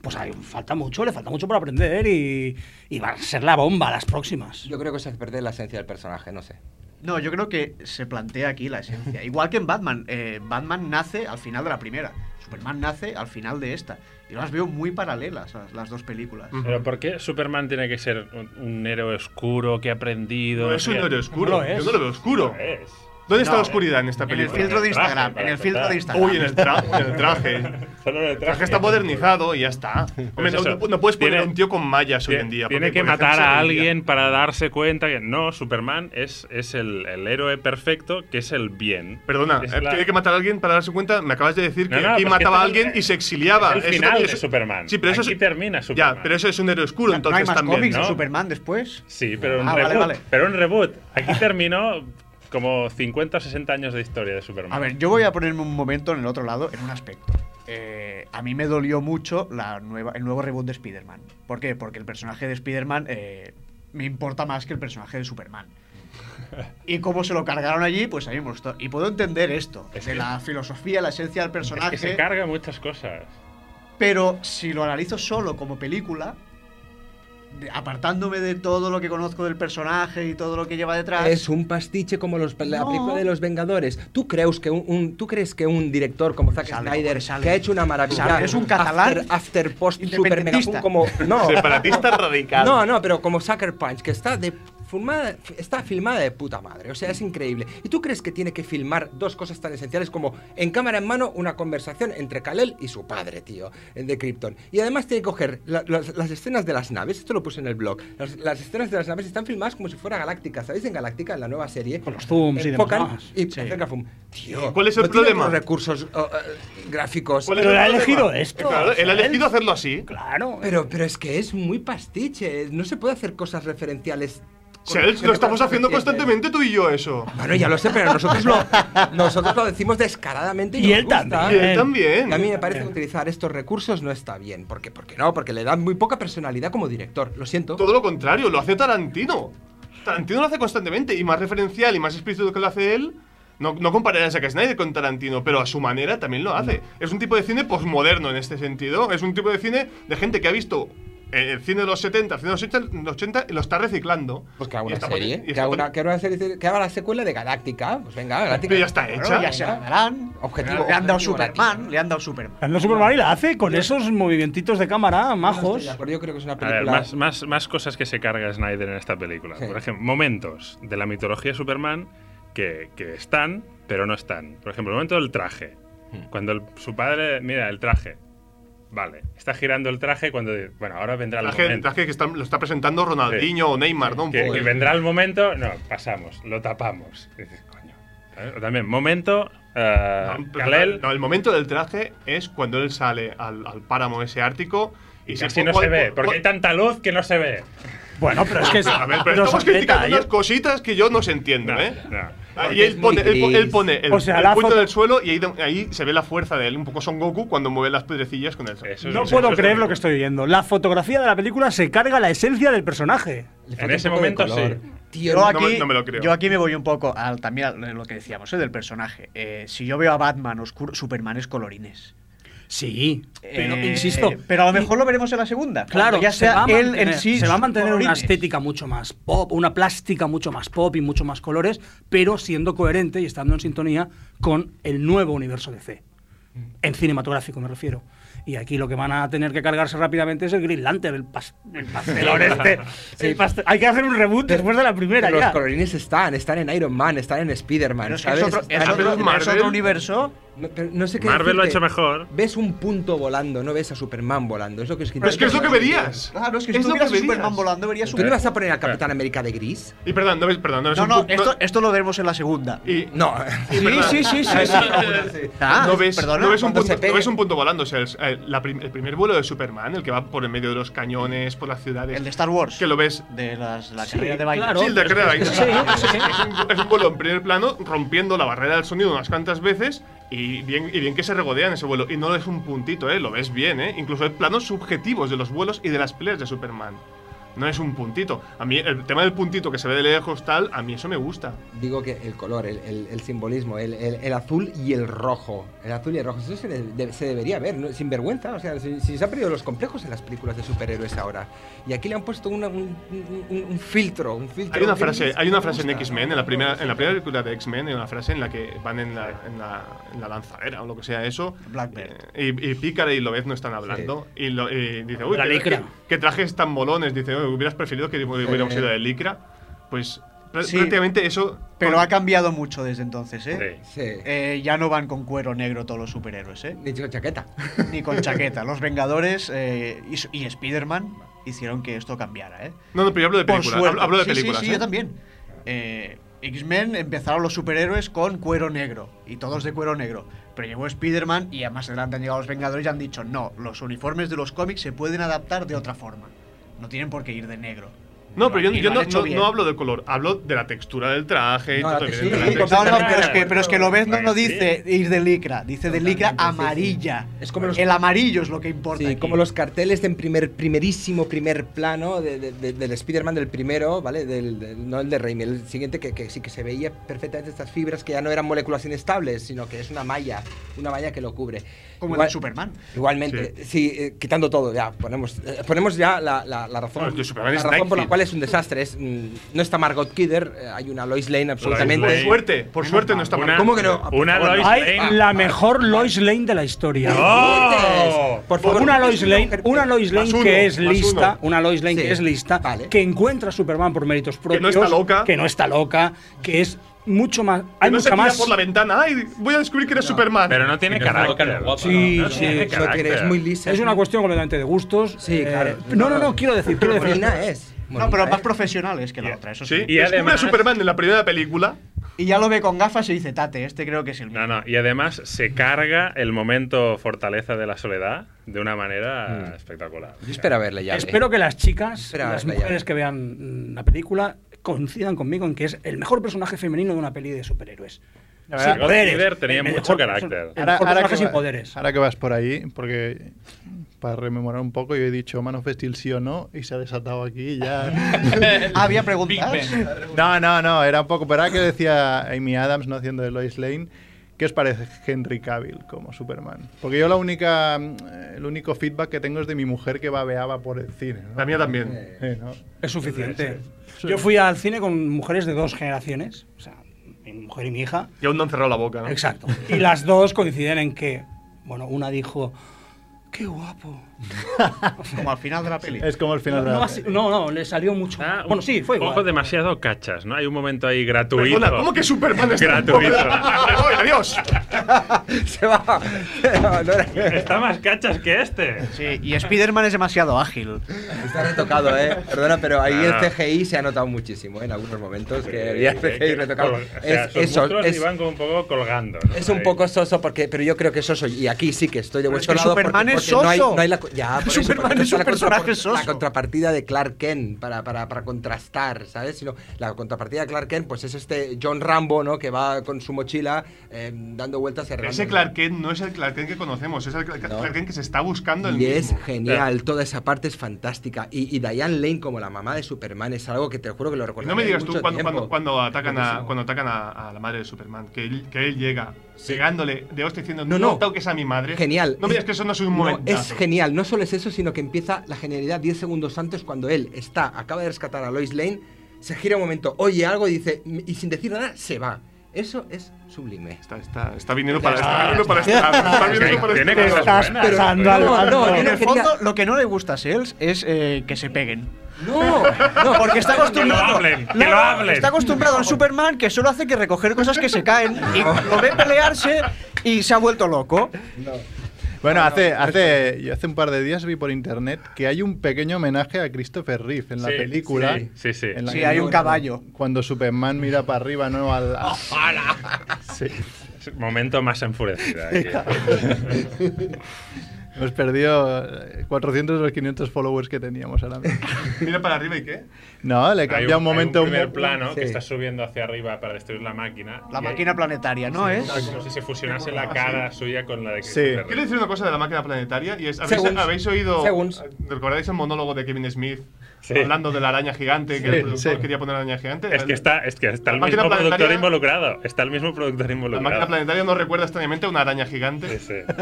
Pues hay, falta mucho, le falta mucho por aprender y, y va a ser la bomba las próximas.
Yo creo que se pierde la esencia del personaje, no sé.
No, yo creo que se plantea aquí la esencia. Igual que en Batman. eh, Batman nace al final de la primera. Superman nace al final de esta. Y las veo muy paralelas las, las dos películas.
Pero ¿por qué Superman tiene que ser un, un héroe oscuro que ha aprendido?
No es
sé
un
qué?
héroe oscuro.
No lo es.
Yo no lo veo oscuro.
No es.
¿Dónde está la oscuridad en esta
En el
película?
filtro de Instagram. En el filtro de Instagram.
Uy, en el, tra- en el traje.
Solo en el
El traje está modernizado y ya está. Hombre,
es
no,
eso.
no puedes poner
Tiene-
a un tío con mallas hoy en día.
Tiene
porque-
que
porque
matar
se
a
reiría.
alguien para darse cuenta que no, Superman es, es el, el héroe perfecto, que es el bien.
Perdona,
Es
eh,
la-
tiene que matar a alguien para darse cuenta. Me acabas de decir
No,
que
no,
aquí
pues que
mataba a
esto
alguien
es-
y se exiliaba.
es el
Eso
final
también
de Superman.
Sí, pero eso
Aquí
es-
termina
Ya,
Superman.
pero eso es un héroe oscuro,
no hay
entonces
más
también.
cómics
¿no?
de Superman después.
Sí, pero un
Ah, vale,
reboot.
vale.
Pero un reboot. Aquí terminó como 50 o 60 años de historia de Superman.
A ver, yo voy a ponerme un momento en el otro lado, en un aspecto. Eh, a mí me dolió mucho la nueva, el nuevo reboot de Spider-Man. ¿Por qué? Porque el personaje de Spider-Man eh, me importa más que el personaje de Superman. Y cómo se lo cargaron allí, pues a mí me gustó. Y puedo entender esto,
Es
de
que-
la filosofía, la esencia del
es
personaje.
que se carga muchas cosas.
Pero si lo analizo solo como película, de- apartándome de todo lo que conozco del personaje y todo lo que lleva detrás.
Es un pastiche como los, la
No.
película de los Vengadores. ¿tú crees, que un, un- ¿Tú crees que un director como Zack
Sale,
Snyder,
sale.
que ha hecho una maravilla,
Sale, es un catalán
after, after post super mega
independentista.
como... No,
Separatista radical.
No, no, pero como Sucker Punch, que está de filmada, está filmada de puta madre, o sea, es increíble. ¿Y tú crees que tiene que filmar dos cosas tan esenciales como en cámara en mano una conversación entre Kalel y su padre, tío, de Krypton? Y además tiene que coger la- las, las escenas de las naves, esto lo puse en el blog, las, las escenas de las naves están filmadas como si fuera Galáctica, ¿sabéis? En Galáctica, en la nueva serie,
Con los zooms y demás.
enfocan y hacen que zoom. Tío,
¿Cuál es el
no tiene
problema?
otros recursos oh, eh, gráficos.
¿Cuál es
Pero
el
él ha
problema?
elegido esto.
Claro, él ha
Él-
elegido hacerlo así.
Claro.
Pero, pero es que es muy pastiche. No se puede hacer cosas referenciales.
Si él- lo estamos haciendo constantemente tú y yo eso.
Bueno, ya lo sé, pero nosotros lo, nosotros lo decimos descaradamente. Y,
Y
nos
él
gusta.
Y
también.
él
Eh,
también.
Y a mí me parece que utilizar estos recursos no está bien. ¿Por qué? ¿Por qué no? Porque le dan muy poca personalidad como director. Lo siento.
Todo lo contrario, lo hace Tarantino. Tarantino lo hace constantemente y más referencial y más explícito que lo hace él. No, no compararé a Zack Snyder con Tarantino, pero a su manera también lo hace. Es un tipo de cine posmoderno en este sentido. Es un tipo de cine de gente que ha visto eh, el cine de los 70, el cine de los 80, los 80 y lo está reciclando.
Pues que haga
Y
una
está
serie.
poni- y
que,
está
haga
poni-
una, que haga una serie- que haga la secuela de Galáctica. Pues venga, Galáctica.
Pero ya está
Bueno,
hecha.
ya se llamarán.
Objetivo-
Le han dado
objetivo
Superman,
narrativo.
le han dado Superman.
Ando Superman y la hace con esos movimientitos de cámara
No estoy de
majos.
acuerdo, Yo creo que es una
A ver,
película.
más, más, más cosas que se carga Snyder en esta película.
Sí.
Por ejemplo, momentos de la mitología de Superman que, que están, pero no están. Por ejemplo, el momento del traje.
Hmm.
Cuando el- su padre mira el traje. Vale, está girando el traje cuando... dice, Bueno, ahora vendrá el
Traje,
momento.
traje que está- lo está presentando Ronaldinho o Neymar, ¿no? Pues Un
Que,
poco.
que vendrá el momento... No, pasamos, lo tapamos. Y dices, coño. ¿Sabes? O también, momento... eh,
No, pero
Kal-El
no, el momento del traje es cuando él sale al, al páramo ese ártico y,
y
se-
casi no
cual-
se ve, porque
cual-
hay tanta luz que no se ve.
Bueno, pero es que. ¿eh?
A ver, pero
los
estamos
aprieta
criticando
ahí.
unas cositas que yo no se entiendo,
No,
¿eh?
no.
Ah, Y
Porque
él
es
pone,
muy
él, po- él
gris.
pone el,
O sea,
el
la
puño
foto-
del suelo y ahí, de- ahí se ve la fuerza de él, un poco Son Goku cuando mueve las piedrecillas con el traje.
Eso es-
No
eso
puedo
es
creer lo
terrible.
que estoy oyendo. La fotografía de la película se carga la esencia del personaje.
Le falta
En
un
ese
poco de
momento
color.
sí.
Tío,
Yo
no-
no
aquí,
me- no me lo creo.
yo aquí me voy un poco al, también a lo que decíamos, ¿eh? del personaje. Eh, si yo veo a Batman oscuro, Superman es colorines.
Sí, pero
Eh,
insisto.
Pero a lo mejor lo veremos en la segunda.
Claro,
cuando ya
se va
sea
a
él
mantener-
en sí.
se va a
sus
mantener una
colorines.
estética mucho más pop, una plástica mucho más pop y mucho más colores, pero siendo coherente y estando en sintonía con el nuevo universo DC.
Mm.
En cinematográfico me refiero. Y aquí lo que van a tener que cargarse rápidamente es el Green Lantern, el, pas- el pastelón este. El pastel- Hay que hacer un reboot después de la primera
Pero los
ya.
colorines están, están en Iron Man, están en Spider-Man.
Pero es que
¿sabes?
es otro,
Están-
es
Ah,
otro-
pero es
es
Marvel.
otro universo.
No, pero no sé qué
Marvel lo ha
decirte.
hecho mejor.
Ves un punto volando, no ves a Superman volando. Es lo que os
Pero es que es lo que verías.
Claro, es que si
Es
tú
lo
vieras a
que verías.
Superman volando, verías
¿Tú le
Superman.
vas a poner al Capitán América de gris?
Y perdón, no, es- perdón, no es
No,
un
no,
bu-
esto, esto lo veremos en la segunda.
y-
No.
y perdón.
sí, sí, sí, sí. Ah,
no, ves,
perdona,
no ves un
cuando
punto,
se pegue.
no ves un punto volando. O sea, es, eh, la prim- el primer vuelo de Superman, el que va por en medio de los cañones, por las ciudades.
El de Star Wars.
Que lo ves.
De las, la carrera de baile.
claro.
Sí, el de carrera de
Sí, sí.
baile. Es un- Es un vuelo en primer plano, rompiendo la barrera del sonido unas cuantas veces. Y bien, y bien que se regodean ese vuelo. Y no es un puntito, ¿eh? Lo ves bien, ¿eh? Incluso hay planos subjetivos de los vuelos y de las peleas de Superman. No es un puntito. A mí, el tema del puntito que se ve de lejos, tal, a mí eso me gusta.
Digo que el color, el, el- el simbolismo, el, el- el azul y el rojo. El azul y el rojo. Eso se, de- de- se debería ver, ¿no? sin vergüenza. O sea, si, si se han perdido los complejos en las películas de superhéroes ahora. Y aquí le han puesto una- un, un- un- un filtro, un filtro.
Hay una
que
frase,
no
hay una
me
frase en
gusta.
X-Men, en la primera, en la primera película de X-Men, hay una frase en la que van en la, en la, en la lanzadera o lo que sea eso.
Blackbird.
eh, Y, y Pícara y Lobez no están hablando. Y, lo- y dice, uy,
La
qué,
licra.
qué- qué trajes tan molones. Dice, "Uy, hubieras preferido que hubiéramos
Eh.
ido de licra. Pues Prá-
Sí.
Prácticamente eso.
Pero ha cambiado mucho desde entonces, ¿eh?
Sí.
Sí.
Eh, ya no van con cuero negro todos los superhéroes, ¿eh?
Ni chico chaqueta.
Ni con chaqueta. Los Vengadores eh, y, s- y Spider-Man hicieron que esto cambiara, ¿eh?
No, no, pero yo hablo de
Por
películas.
suerte.
Hablo, hablo de
Sí,
películas.
Sí, sí,
¿eh?
yo también. Eh, X-Men empezaron los superhéroes con cuero negro y todos de cuero negro. Pero llegó Spider-Man y más adelante han llegado los Vengadores y han dicho: no, los uniformes de los cómics se pueden adaptar de otra forma. No tienen por qué ir de negro.
No, pero yo,
Y
yo
lo
no,
han hecho
no-
bien.
no hablo del color, hablo de la textura del traje. y
No,
todo,
la que sí,
evidentemente.
sí,
No, no,
Totalmente
pero es
de
que,
acuerdo.
pero es que lo ves, no, no
Sí.
dice ir de licra, dice de licra
Totalmente, sí, sí.
amarilla.
Es como los-
El amarillo es lo que
Sí,
importa. aquí.
como los carteles de en primer, primerísimo primer plano de- de- de- del Spider-Man del primero, ¿vale? Del, del- no el de Raimi, el siguiente que, que sí que se veía perfectamente estas fibras que ya no eran moléculas inestables, sino que es una malla, una malla que lo cubre.
Como el
Igual-
de Superman.
Igualmente, sí, eh, quitando todo, ya ponemos, eh, ponemos ya la, la- la
Bueno,
razón,
el de Superman
la
es
razón por la
Nightfeed.
cual es un desastre. es, mm, no está Margot Kidder, eh, hay una Lois Lane absolutamente.
Por
Lane.
suerte, por suerte no está mal.
Una-
¿Cómo que no?
Una
Por favor,
Lois
Hay
Lane.
la mejor Lois Lane de la historia.
¡Oh!
Por favor,
una Lois Lane, una Lois Lane
uno,
que es
más
lista,
uno.
una Lois Lane
Sí,
que es lista,
vale.
que encuentra a Superman por méritos propios,
no está loca.
que no está loca, que es mucho más,
Que
hay
no se
mucha
tira
más.
por la ventana. ¡Ay! Voy a descubrir que eres Superman.
Pero no tiene
Que no es una
carácter.
loca, no, guapa,
Sí,
No
sí.
tiene
Eso que
carácter.
eres muy lisa.
Es una cuestión completamente de gustos.
Sí,
eh,
claro.
no, no, no, quiero decir, quiero decir.
Molina es.
no, pero
Molina
más
es.
profesionales que la otra, eso sí.
Sí,
Y
y descubre a
además-
Superman en la primera película.
Y ya lo ve con gafas y dice, tate, este creo que es el mío.
No, no, y además se carga el momento fortaleza de la soledad de una manera espectacular.
Hmm. Yo espero verle ya. ¿eh?
Espero que las chicas,
Espera,
las
espera, ya.
mujeres que vean mm, la película coincidan conmigo en que es el mejor personaje femenino de una peli de superhéroes.
La verdad,
God Feeder tenía
el
mucho
mejor
carácter.
perso- El
Ahora,
mejor
ahora
personaje
que
sin
va-
poderes.
ahora que vas por ahí, porque para rememorar un poco, yo he dicho Man of Steel sí o no, y se ha desatado aquí ya.
Había
Big
preguntas.
Ben.
no, no, no, era un poco. Pero ahora que decía Amy Adams no haciendo de Lois Lane, ¿qué os parece Henry Cavill como Superman? Porque yo la única, mm, el único feedback que tengo es de mi mujer que babeaba por el cine. ¿no?
La mía también.
Eh, ¿no?
Es suficiente. Yo fui al cine con mujeres de dos generaciones, o sea, mi mujer y mi hija.
Y aún no han cerrado la boca. ¿no?
Exacto. Y las dos coinciden en que, bueno, una dijo, qué guapo.
Como al final de la peli.
Es como el final
No,
de la
no, así- no, no, le salió mucho.
Ah, un
bueno, sí, fue igual.
poco demasiado cachas, ¿no? Hay un momento ahí gratuito.
Perdona, ¿cómo que Superman es
Gratuito.
¡Ay, adiós!
Se va. No, no era-
Está más cachas que este.
Sí, y Spider-Man es demasiado ágil.
Está retocado, ¿eh? Perdona, pero ahí
Ah.
el CGI se ha notado muchísimo ¿eh? en algunos momentos. Que
Eh,
había
eh,
CGI
que-
retocado.
o sea,
Es,
sus
es so-
músculos
es-
iban como un poco colgando. ¿no?
es un
Ahí.
poco soso, porque, pero yo creo que soso. Y aquí sí que estoy de
Pero es
vuestro
que
lado.
Superman
porque,
es
porque No hay,
soso.
no hay la, co- ya, por eso,
Superman
porque
es
no
un
está la contrapar-
personaje soso.
La contrapartida de Clark Kent para, para, para contrastar, ¿sabes? Sino la contrapartida de Clark Kent, pues es este John Rambo, ¿no? Que va con su mochila eh, dando vueltas y
Pero
arreglando-
ese Clark Kent no es el Clark Kent que conocemos, es el Clark
No.
Clark Kent que se está buscando el
Y es
mismo.
genial, toda esa parte es fantástica. Y, y Diane Lane como la mamá de Superman es algo que te juro que lo
Y
recuerdo.
no me digas tú cuando, cuando, cuando atacan, a, cuando atacan a, a la madre de Superman, que él, que él llega
Sí.
pegándole de hostia diciendo
No,
no,
no.
toques a mi madre.
Genial.
No me digas que eso no es un
No,
momento.
es genial, no solo es eso, sino que empieza la genialidad 10 segundos antes cuando él está, acaba de rescatar a Lois Lane, se gira un momento, oye algo y dice, y sin decir nada, se va. Eso es sublime.
Está, está, está viniendo para
Está-
está viniendo para estar. Está viniendo para
Tiene
estar.
cosas buenas.
Pero-
pasando
¿eh? no,
al
no,
bando.
yo
En
no
el
quería-
fondo, lo que no le gusta a Sales es eh, que se peguen.
No, no,
Porque está acostumbrado.
Que lo hablen, que
No,
lo hablen.
Está acostumbrado al Superman que solo hace que recoger cosas que se caen y lo ve pelearse y se ha vuelto loco.
Bueno, hace, hace, yo hace un par de días vi por internet que hay un pequeño homenaje a Christopher Reeve en la
Sí,
película.
sí, sí, sí.
En la
Sí,
que-
hay un caballo.
Cuando Superman mira para arriba, ¿no? Al, al- Sí.
Momento más enfurecido. aquí.
Hemos perdido eh, 400 o 500 followers que teníamos ahora mismo.
Mira para arriba y qué.
No, le
Hay
cambia un, momento.
hay un primer
mu-
plano
Sí.
que está subiendo hacia arriba para destruir la máquina.
La
y hay-
máquina planetaria, ¿no es?
Es como si se fusionase la cara suya con la de
Sí.
Christopher
Quiero
Reeve.
decir una cosa de la máquina planetaria y es, ¿habéis,
Según-
habéis oído,
según-
¿recordáis el monólogo de Kevin Smith
Sí.
hablando de la araña gigante, que el
Sí,
productor
sí.
quería poner araña gigante?
Es que está, es que está el
La máquina
mismo productor
planetaria-
involucrado. Está el mismo productor
La
involucrado.
máquina planetaria no recuerda extrañamente a una araña
Sí,
gigante.
sí.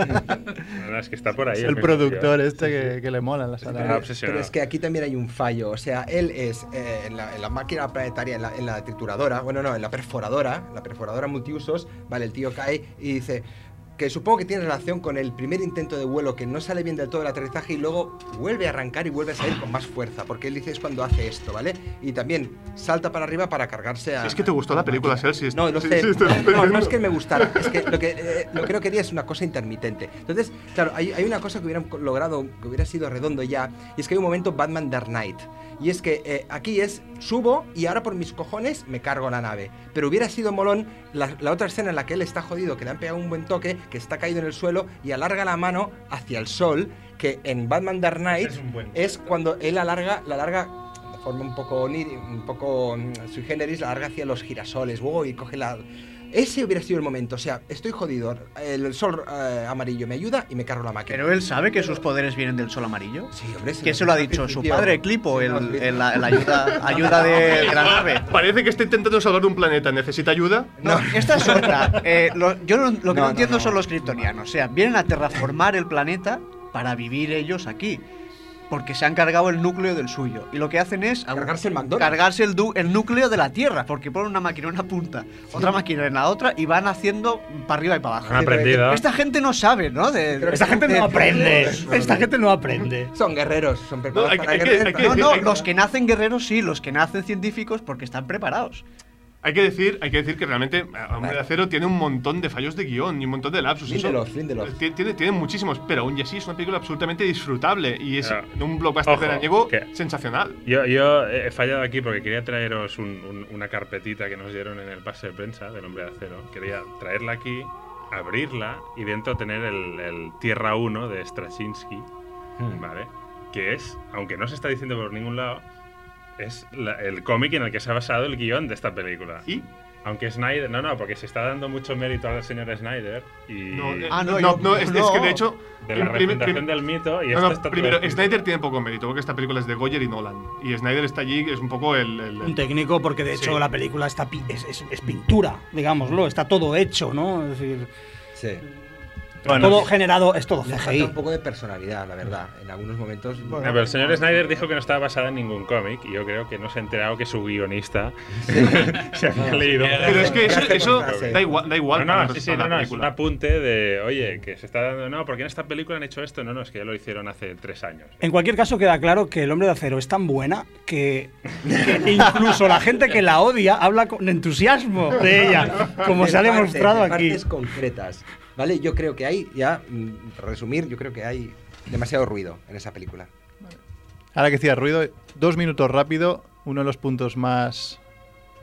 No, no, es que está por ahí.
El
mismo
productor
tío.
este que, que le molan las
Está
arañas.
obsesionado.
Pero es que aquí también hay un fallo. O sea, él es eh, en, la, en la máquina planetaria, en la, en la trituradora, bueno, no, en la perforadora, la perforadora multiusos, vale, el tío cae y dice. que supongo que tiene relación con el primer intento de vuelo que no sale bien del todo el aterrizaje y luego vuelve a arrancar y vuelve a salir con más fuerza, porque él dice es cuando hace esto, ¿vale? Y también salta para arriba para cargarse a...
Es que te gustó la película, Celsius.
No, no
Sí,
sé.
sí, estoy
no, no
entendiendo.
es que me gustara, es que lo que, eh, lo que no quería es una cosa intermitente. Entonces, claro, hay, hay una cosa que hubieran logrado, que hubiera sido redondo ya, y es que hay un momento Batman Dark Knight. Y es que eh, aquí es subo y ahora por mis cojones me cargo la nave. Pero hubiera sido molón la, la otra escena en la que él está jodido, que le han pegado un buen toque, que está caído en el suelo y alarga la mano hacia el sol, que en Batman Dark Knight
Es un buen
es cuando él alarga, la alarga de forma un poco, onir- un poco mm, sui generis, la larga hacia los girasoles, wow, y coge la... Ese hubiera sido el momento, o sea, estoy jodido, el sol eh, amarillo me ayuda y me cargo la máquina.
Pero él sabe que sus poderes vienen del sol amarillo.
Sí, hombre,
¿Quién
lo
se lo ha
dije al
dicho? ¿Su
principio.
padre, Clipo?
Sí,
El,
no, al
el-
principio.
la, la ayuda, ayuda de, de la nave.
Parece que está intentando salvar un planeta. ¿Necesita ayuda?
No, esta es otra. Eh, lo- yo no- lo que no,
No, no,
entiendo
no.
son los kryptonianos. O sea, vienen a terraformar el planeta para vivir ellos aquí. Porque se han cargado el núcleo del suyo. Y lo que hacen es.
Cargarse el McDonald's.
Cargarse el, du- el núcleo de la Tierra. Porque ponen una máquina en una punta, otra máquina en la otra. Y van haciendo para arriba y para abajo.
Han aprendido.
Esta gente no sabe, ¿no? De-
Pero
esta gente no aprende.
Esta gente no aprende.
Son guerreros, son preparados
hay-
para
hay que-
guerreros.
hay que
No,
decir-
no, los que nacen guerreros sí, los que nacen científicos porque están preparados.
Hay que decir, hay que decir que realmente a- Hombre de
Vale.
Acero tiene un montón de fallos de guión y un montón de lapsus. eso-
Lindelof, Lindelof.
Ti- Tiene, tiene muchísimos, pero aún y así es una película absolutamente disfrutable y es
Claro.
un blockbuster
Ojo,
veraniego
que-
sensacional.
Yo, yo he fallado aquí porque quería traeros un- un- una carpetita que nos dieron en el pase de prensa del Hombre de Acero. Quería traerla aquí, abrirla y dentro tener el, el Tierra 1 de Straczynski,
Hmm.
¿vale? Que es, aunque no se está diciendo por ningún lado, es la- el cómic en el que se ha basado el guión de esta película.
¿Y?
Aunque Snyder, no, no, porque se está dando mucho mérito al señor Snyder y
No, eh,
Ah, no,
no,
yo-
no, es, es que
no.
de hecho.
de la
prim- prim-
representación
prim-
del mito. Y
No,
esto
no,
está todo
primero,
escrito.
Snyder tiene poco mérito porque esta película es de Goyer y Nolan. Y Snyder está allí, es un poco el. el-
Un técnico, porque de hecho
Sí.
la película está pi- es, es- es pintura, digámoslo, está todo hecho, ¿no? Es decir,
Sí.
todo generado, es todo
Le falta
CGI.
un poco de personalidad, la verdad. En algunos momentos.
No, pero el señor Snyder dijo que no estaba basada en ningún cómic y yo creo que no se ha enterado que su guionista se había leído.
Pero es que eso,
Frase por
eso
frase.
da igual. Da igual
No,
para
no, sí,
nosotros
sí,
para
no,
la
no, es un
película.
apunte de, oye, que se está dando, no, porque en esta película han hecho esto? No, no, es que ya lo hicieron hace tres años.
En cualquier caso, queda claro que El Hombre de Acero es tan buena que, que incluso la gente que la odia habla con entusiasmo de ella, como
de
se ha
partes,
demostrado
de
aquí.
Partes concretas. ¿Vale? Yo creo que hay, ya, mm, para resumir, yo creo que hay demasiado ruido en esa película.
Ahora que decía ruido, dos minutos rápido. Uno de los puntos más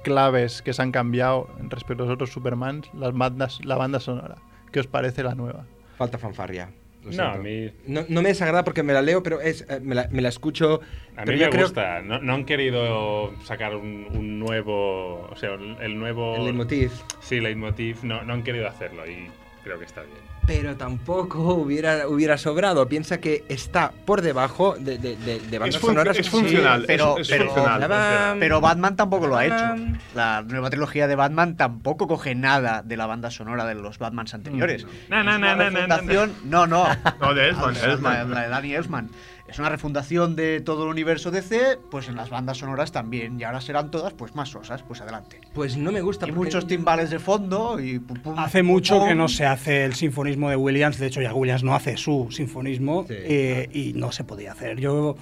claves que se han cambiado respecto a los otros Superman, las bandas, la banda sonora. ¿Qué os parece la nueva?
Falta fanfarria. lo
No,
siento.
a mí-
no, no me desagrada porque me la leo, pero es, eh, me, la, me la escucho.
A mí
pero
me
yo creo-
gusta, no, no han querido sacar un, un nuevo, o sea, el el nuevo...
El leitmotiv.
Sí, leitmotiv, no, no han querido hacerlo y creo que está bien.
Pero tampoco hubiera, hubiera sobrado. Piensa que está por debajo de, de, de, de bandas
Es, func-
sonoras.
es funcional.
Sí, pero-
es, es
pero-
funcional.
La bam,
Pero Batman tampoco lo ha hecho.
Batman.
La nueva trilogía de Batman tampoco coge nada de la banda sonora de los Batmans
Mm.
anteriores.
No, no,
Es una
no, no, no, no.
refundación- No, no.
No, de Elfman,
La-
de Elfman.
La, la de Danny Elfman. Es una refundación de todo el universo DC, pues en las bandas sonoras también. Y ahora serán todas pues más sosas, pues adelante.
Pues no me gusta.
Y
porque-
muchos timbales de fondo y pum, pum,
Hace
pum,
mucho
pum.
que no se hace el sinfonismo de Williams, de hecho ya Williams no hace su sinfonismo
Sí,
eh, y no se podía hacer. Yo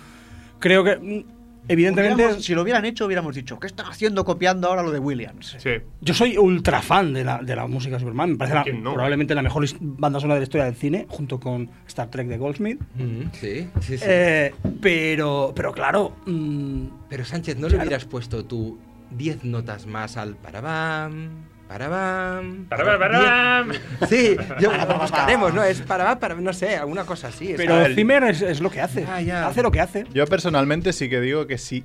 creo que, mm, evidentemente,
Hubiéramos- si lo hubieran hecho, hubiéramos dicho, ¿qué están haciendo copiando ahora lo de Williams?
Sí.
Yo soy ultra fan de la, de la música de Superman. Me parece la-
¿Quién no?
probablemente la mejor his- banda sonora de la historia del cine, junto con Star Trek de Goldsmith.
Mm, Sí, sí, sí.
Eh, pero, pero claro, mm,
Pero Sánchez, ¿no le hubieras puesto tú 10 notas más al parabam? Parabam.
Parabam, parabam.
diez- Sí, yo, lo buscaremos, ¿no? Es parabam, para, no sé, alguna cosa así. es-
pero Zimmer es, es lo que hace.
Ya, ya.
Hace lo que hace.
Yo personalmente sí que digo que si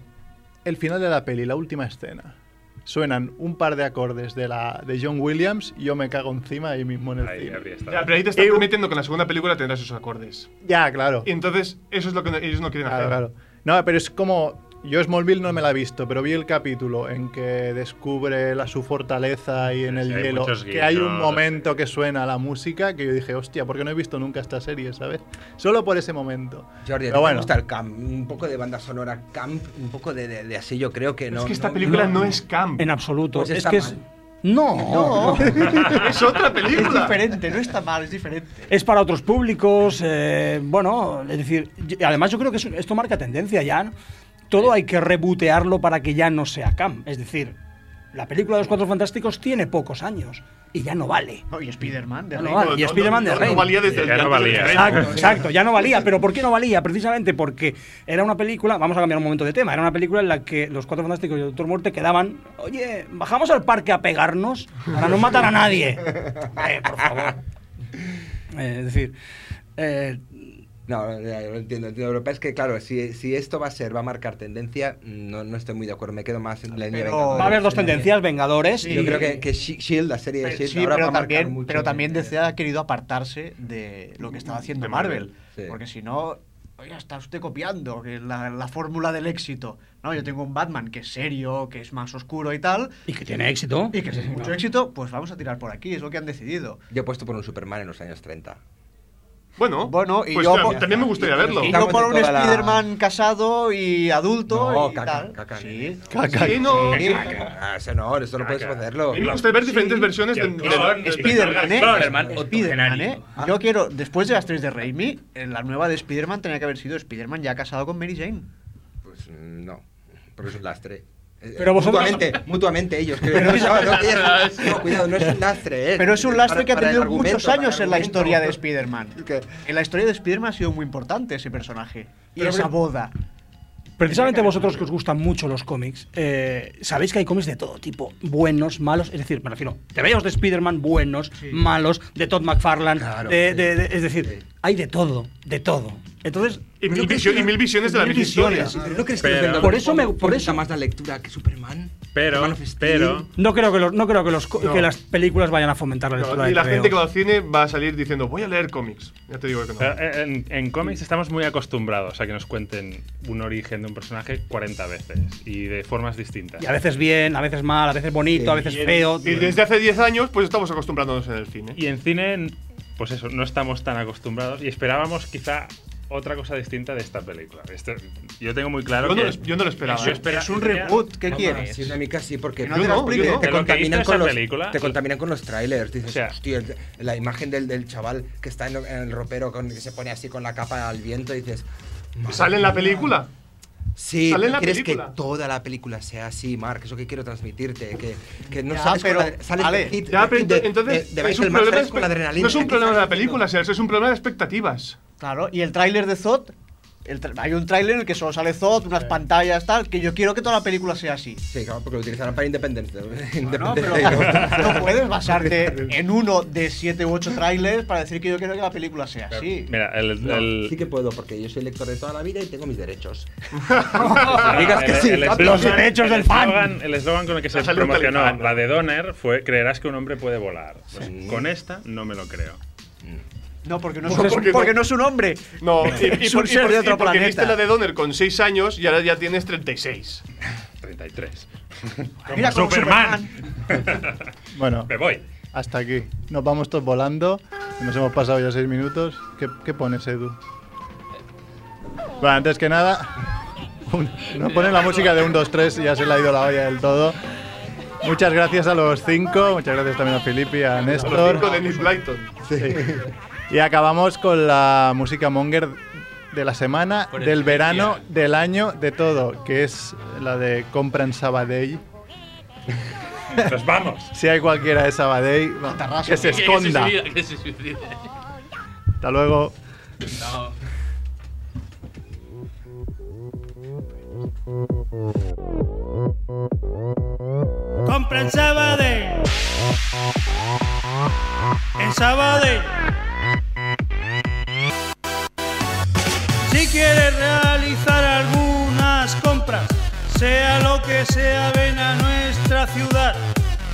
el final de la peli, la última escena, suenan un par de acordes de, la, de John Williams, yo me cago encima ahí mismo en el
Ahí
cine.
habría estado.
Ya, pero ahí te están prometiendo que en la segunda película tendrás esos acordes.
Ya, claro.
Y entonces, eso es lo que no- ellos no quieren
Claro,
hacer.
claro. No, pero es como. Yo Smallville no me la he visto, pero vi el capítulo en que descubre la, su fortaleza y en
Sí,
el
hay
hielo.
muchos
que hay un
guiños,
momento que suena la música que yo dije, hostia, porque no he visto nunca esta serie, ¿sabes? Solo por ese momento.
Jordi, ¿a ti
pero
te
bueno,
gusta el camp, un poco de banda sonora camp, un poco de, de- de así, yo creo que no.
es que esta
no-
película no,
no-
es camp.
En absoluto.
Pues
es
está
que es,
mal.
No,
No,
es otra
es
película.
diferente, no está mal, es diferente.
Es para otros públicos, eh, bueno, es decir, y- además yo creo que eso- esto marca tendencia ya. ¿no? Todo hay que rebotearlo para que ya no sea Cam. Es decir, la película de los Cuatro Fantásticos tiene pocos años y ya no vale.
No, y Spider-Man, de
Ya no
Raimi.
vale. Y Spider-Man de
no, no
Raimi.
valía desde
Ya no
antes de
valía.
Raimi.
Exacto, exacto, ya no valía. ¿Pero por qué no valía? Precisamente porque era una película, vamos a cambiar un momento de tema, era una película en la que los cuatro fantásticos y el Doctor Muerte quedaban, oye, bajamos al parque a pegarnos para no matar a nadie. Eh, por favor. Eh, es decir, eh,
No, ya, yo lo entiendo, entiendo. Lo que pasa es que, claro, si, si esto va a ser, va a marcar tendencia, no, no estoy muy de acuerdo. Me quedo más en la línea
Pero-
Vengadores.
va a haber dos
En la línea.
tendencias, Vengadores.
Sí.
Yo creo que, que Shi- Shield, la serie de
Pero-
Shield,
Eh, sí,
ahora va
pero
a marcar
también,
mucho.
pero también DC ha querido apartarse de lo que estaba haciendo
De Marvel,
Marvel.
sí.
Porque si no, oiga, está usted copiando que la, la fórmula del éxito. No, yo tengo un Batman que es serio, que es más oscuro y tal,
Y que tiene éxito.
y que es mucho éxito, pues vamos a tirar por aquí, es lo que han decidido.
Yo he puesto por un Superman en los años 30.
Bueno,
Bueno, y
pues
yo
tam-
por-
también me gustaría verlo.
Y
Estamos
yo
de
por un
toda la-
Spider-Man casado y adulto
No,
y
caca,
tal.
caca.
Sí.
Caca.
Sí, no.
Sí, ah, eso no, eso no puedes hacerlo.
A mí me gustaría ver diferentes versiones
Y
de,
el clon,
de-
Spider-Man, ¿eh?
Spider-Man
Spider-Man, ¿eh?
octogenario.
Yo quiero, después de las tres de Raimi, eh, la nueva de Spider-Man tenía que haber sido Spider-Man ya casado con Mary Jane.
Pues mm, no, porque es un lastre. Eh,
Pero vosotros-
Mutuamente, mutuamente ellos. creo. No, no, que ellas- no, cuidado, no es un lastre. eh.
Pero es un lastre
Para-
que ha
para el
tenido
argumento,
muchos
para el
años en la
argumento.
historia de Spider-Man.
Que-
En la historia de Spider-Man ha sido muy importante ese personaje. Y
Pero-
esa boda.
Precisamente vosotros que os gustan mucho los cómics, eh, sabéis que hay cómics de todo tipo, buenos, malos, es decir, me refiero, te veos de Spider-Man, buenos, malos, de Todd McFarlane,
Claro,
de-
sí.
de- de- es decir, hay de todo, de todo. Entonces,
Y mil
yo creo
visio-
que-
y mil visiones de la
mil
misma historia.
visiones.
¿Pero no crees que
Pero-
los Vengadores
Por eso me- por
fomentan
eso-
más la lectura que Superman?
Pero,
que Man of Steel?
pero,
No creo que los, no creo que los co-
No.
que las películas vayan a fomentar la
No,
lectura
y
de
la gente que va
TVOs.
al cine va a salir diciendo, voy a leer cómics. Ya te digo que no.
pero eh, en, en cómics estamos muy acostumbrados a que nos cuenten un origen de un personaje 40 veces y de formas distintas.
Y a veces bien, a veces mal, a veces bonito, a veces feo.
Y desde hace 10 años, pues estamos acostumbrándonos en el cine.
Y en cine, pues eso, no estamos tan acostumbrados y esperábamos quizá otra cosa distinta de esta película. Este- yo tengo muy claro
Yo no
que-
lo- yo no lo esperaba,
Yo
¿eh?
espera-
Es un
tenía-
reboot, ¿qué
No,
quieres?
Sí, una mica sí, porque
no te la expliques.
te,
Yo
Pero lo
no.
que hizo
contaminan
esa
con los,
película-
te contaminan con los trailers. Dices,
O sea-
hostia, el- la imagen del, del chaval que está en, en el ropero con, que se pone así con la capa al viento y dices. "Madre
¿Sale en la
mía".
película?
Sí,
Sale
pero
en la
quieres
película.
que toda la película sea así, Mark. Eso que quiero transmitirte. Que, que no
Ya,
sales
pero,
con la, adre- sales
Ale,
del hit,
Ya,
del
pero
hit de-
ento- entonces,
de- de
es un
Michael Mann,
problema de
sales con la
espe-
adrenalina.
no es un
Aquí
problema de la
sales
película,
diciendo,
Sergio, es un problema de expectativas.
Claro, y el tráiler de Zod. el tra- hay un tráiler en el que solo sale Zod, unas pantallas, tal, que yo quiero que toda la película sea así.
Sí, claro, porque lo utilizarán para Independence.
No,
Independence
pero
Day, ¿no?
no puedes basarte en uno de siete u ocho trailers para decir que yo quiero que la película sea así.
Mira, el,
No,
el-
Sí que puedo, porque yo soy lector de toda la vida y tengo mis derechos.
el-
digas que
el-
sí,
el
los
eslogan-
derechos
el
del fan.
eslogan- El eslogan con el que se
La salud
promocionó
del
la de Donner fue creerás que un hombre puede volar. Pues Con esta no me lo creo.
No, porque no es
Pues
un,
es porque
porque,
no-
no es un hombre.
No, y, y
Es
por-
un
y
ser
por-
de
y
otro
porque viste
planeta.
la de Donner con 6 años y ahora ya tienes 36.
33.
Mira, como
Superman.
Bueno,
Me voy.
hasta aquí. Nos vamos todos volando. Nos hemos pasado ya seis minutos. ¿Qué, qué pones, Edu? Bueno, antes que nada, un- no ponen la música de 1, 2, 3 ya se le ha ido la olla del todo. Muchas gracias a los cinco. Muchas gracias también a Filippi, a
A los
Néstor.
5 de Nick Blyton.
Sí. Y acabamos con la música monger de la semana,
Por
del verano,
excelencia.
del año, de todo, que es la de Compra en Sabadell.
Nos Pues vamos.
Si hay cualquiera de Sabadell, va, que se esconda.
Que se suicida, que se suicida.
Hasta luego.
No.
Compra en Sabadell. En Sabadell. Si quieres realizar algunas compras, sea lo que sea, ven a nuestra ciudad.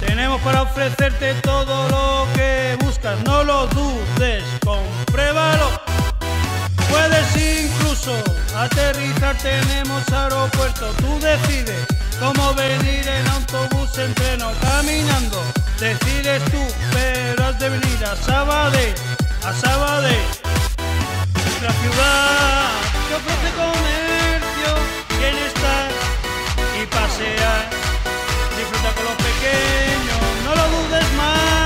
Tenemos para ofrecerte todo lo que buscas, no lo dudes, compruébalo. Puedes incluso aterrizar, tenemos aeropuerto. Tú decides cómo venir en autobús, en tren o caminando. Decides tú, pero has de venir a Sabadell, a Sabadell. Nuestra ciudad que ofrece comercio, bienestar y pasear. Disfruta con los pequeños, no lo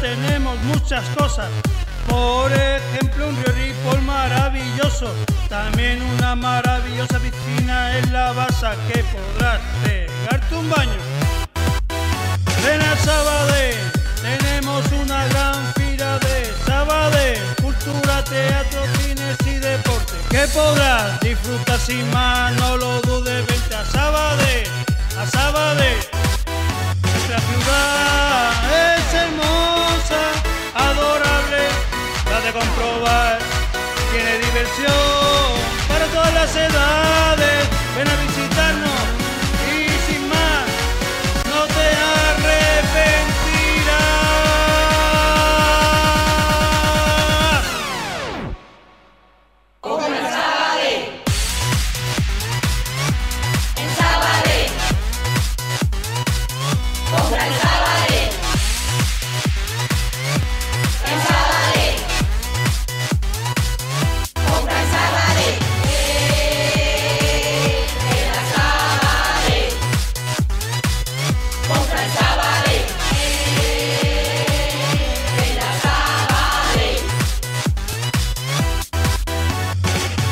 tenemos muchas cosas. Por ejemplo, un río Ripoll maravilloso. También una maravillosa piscina en la basa que podrás pegarte un baño. Ven a Sabadell, tenemos una gran fila de Sabadell. Cultura, teatro, cines y deporte. Que podrás disfrutar sin más, no lo dudes. Vente a Sabadell, a Sabadell. Nuestra ciudad es hermosa, adorable, la de comprobar. Tiene diversión para todas las edades. Ven a visitarnos y sin más, no te arrepentirás.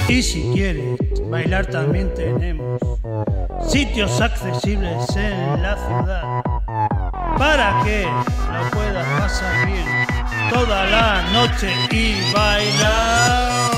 Y si quieres bailar también tenemos sitios accesibles en la ciudad para que lo puedas pasar bien toda la noche y bailar.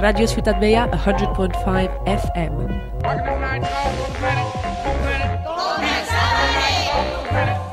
Radio Ciudad Bella 100.5 FM.
¡Con el Sabadell!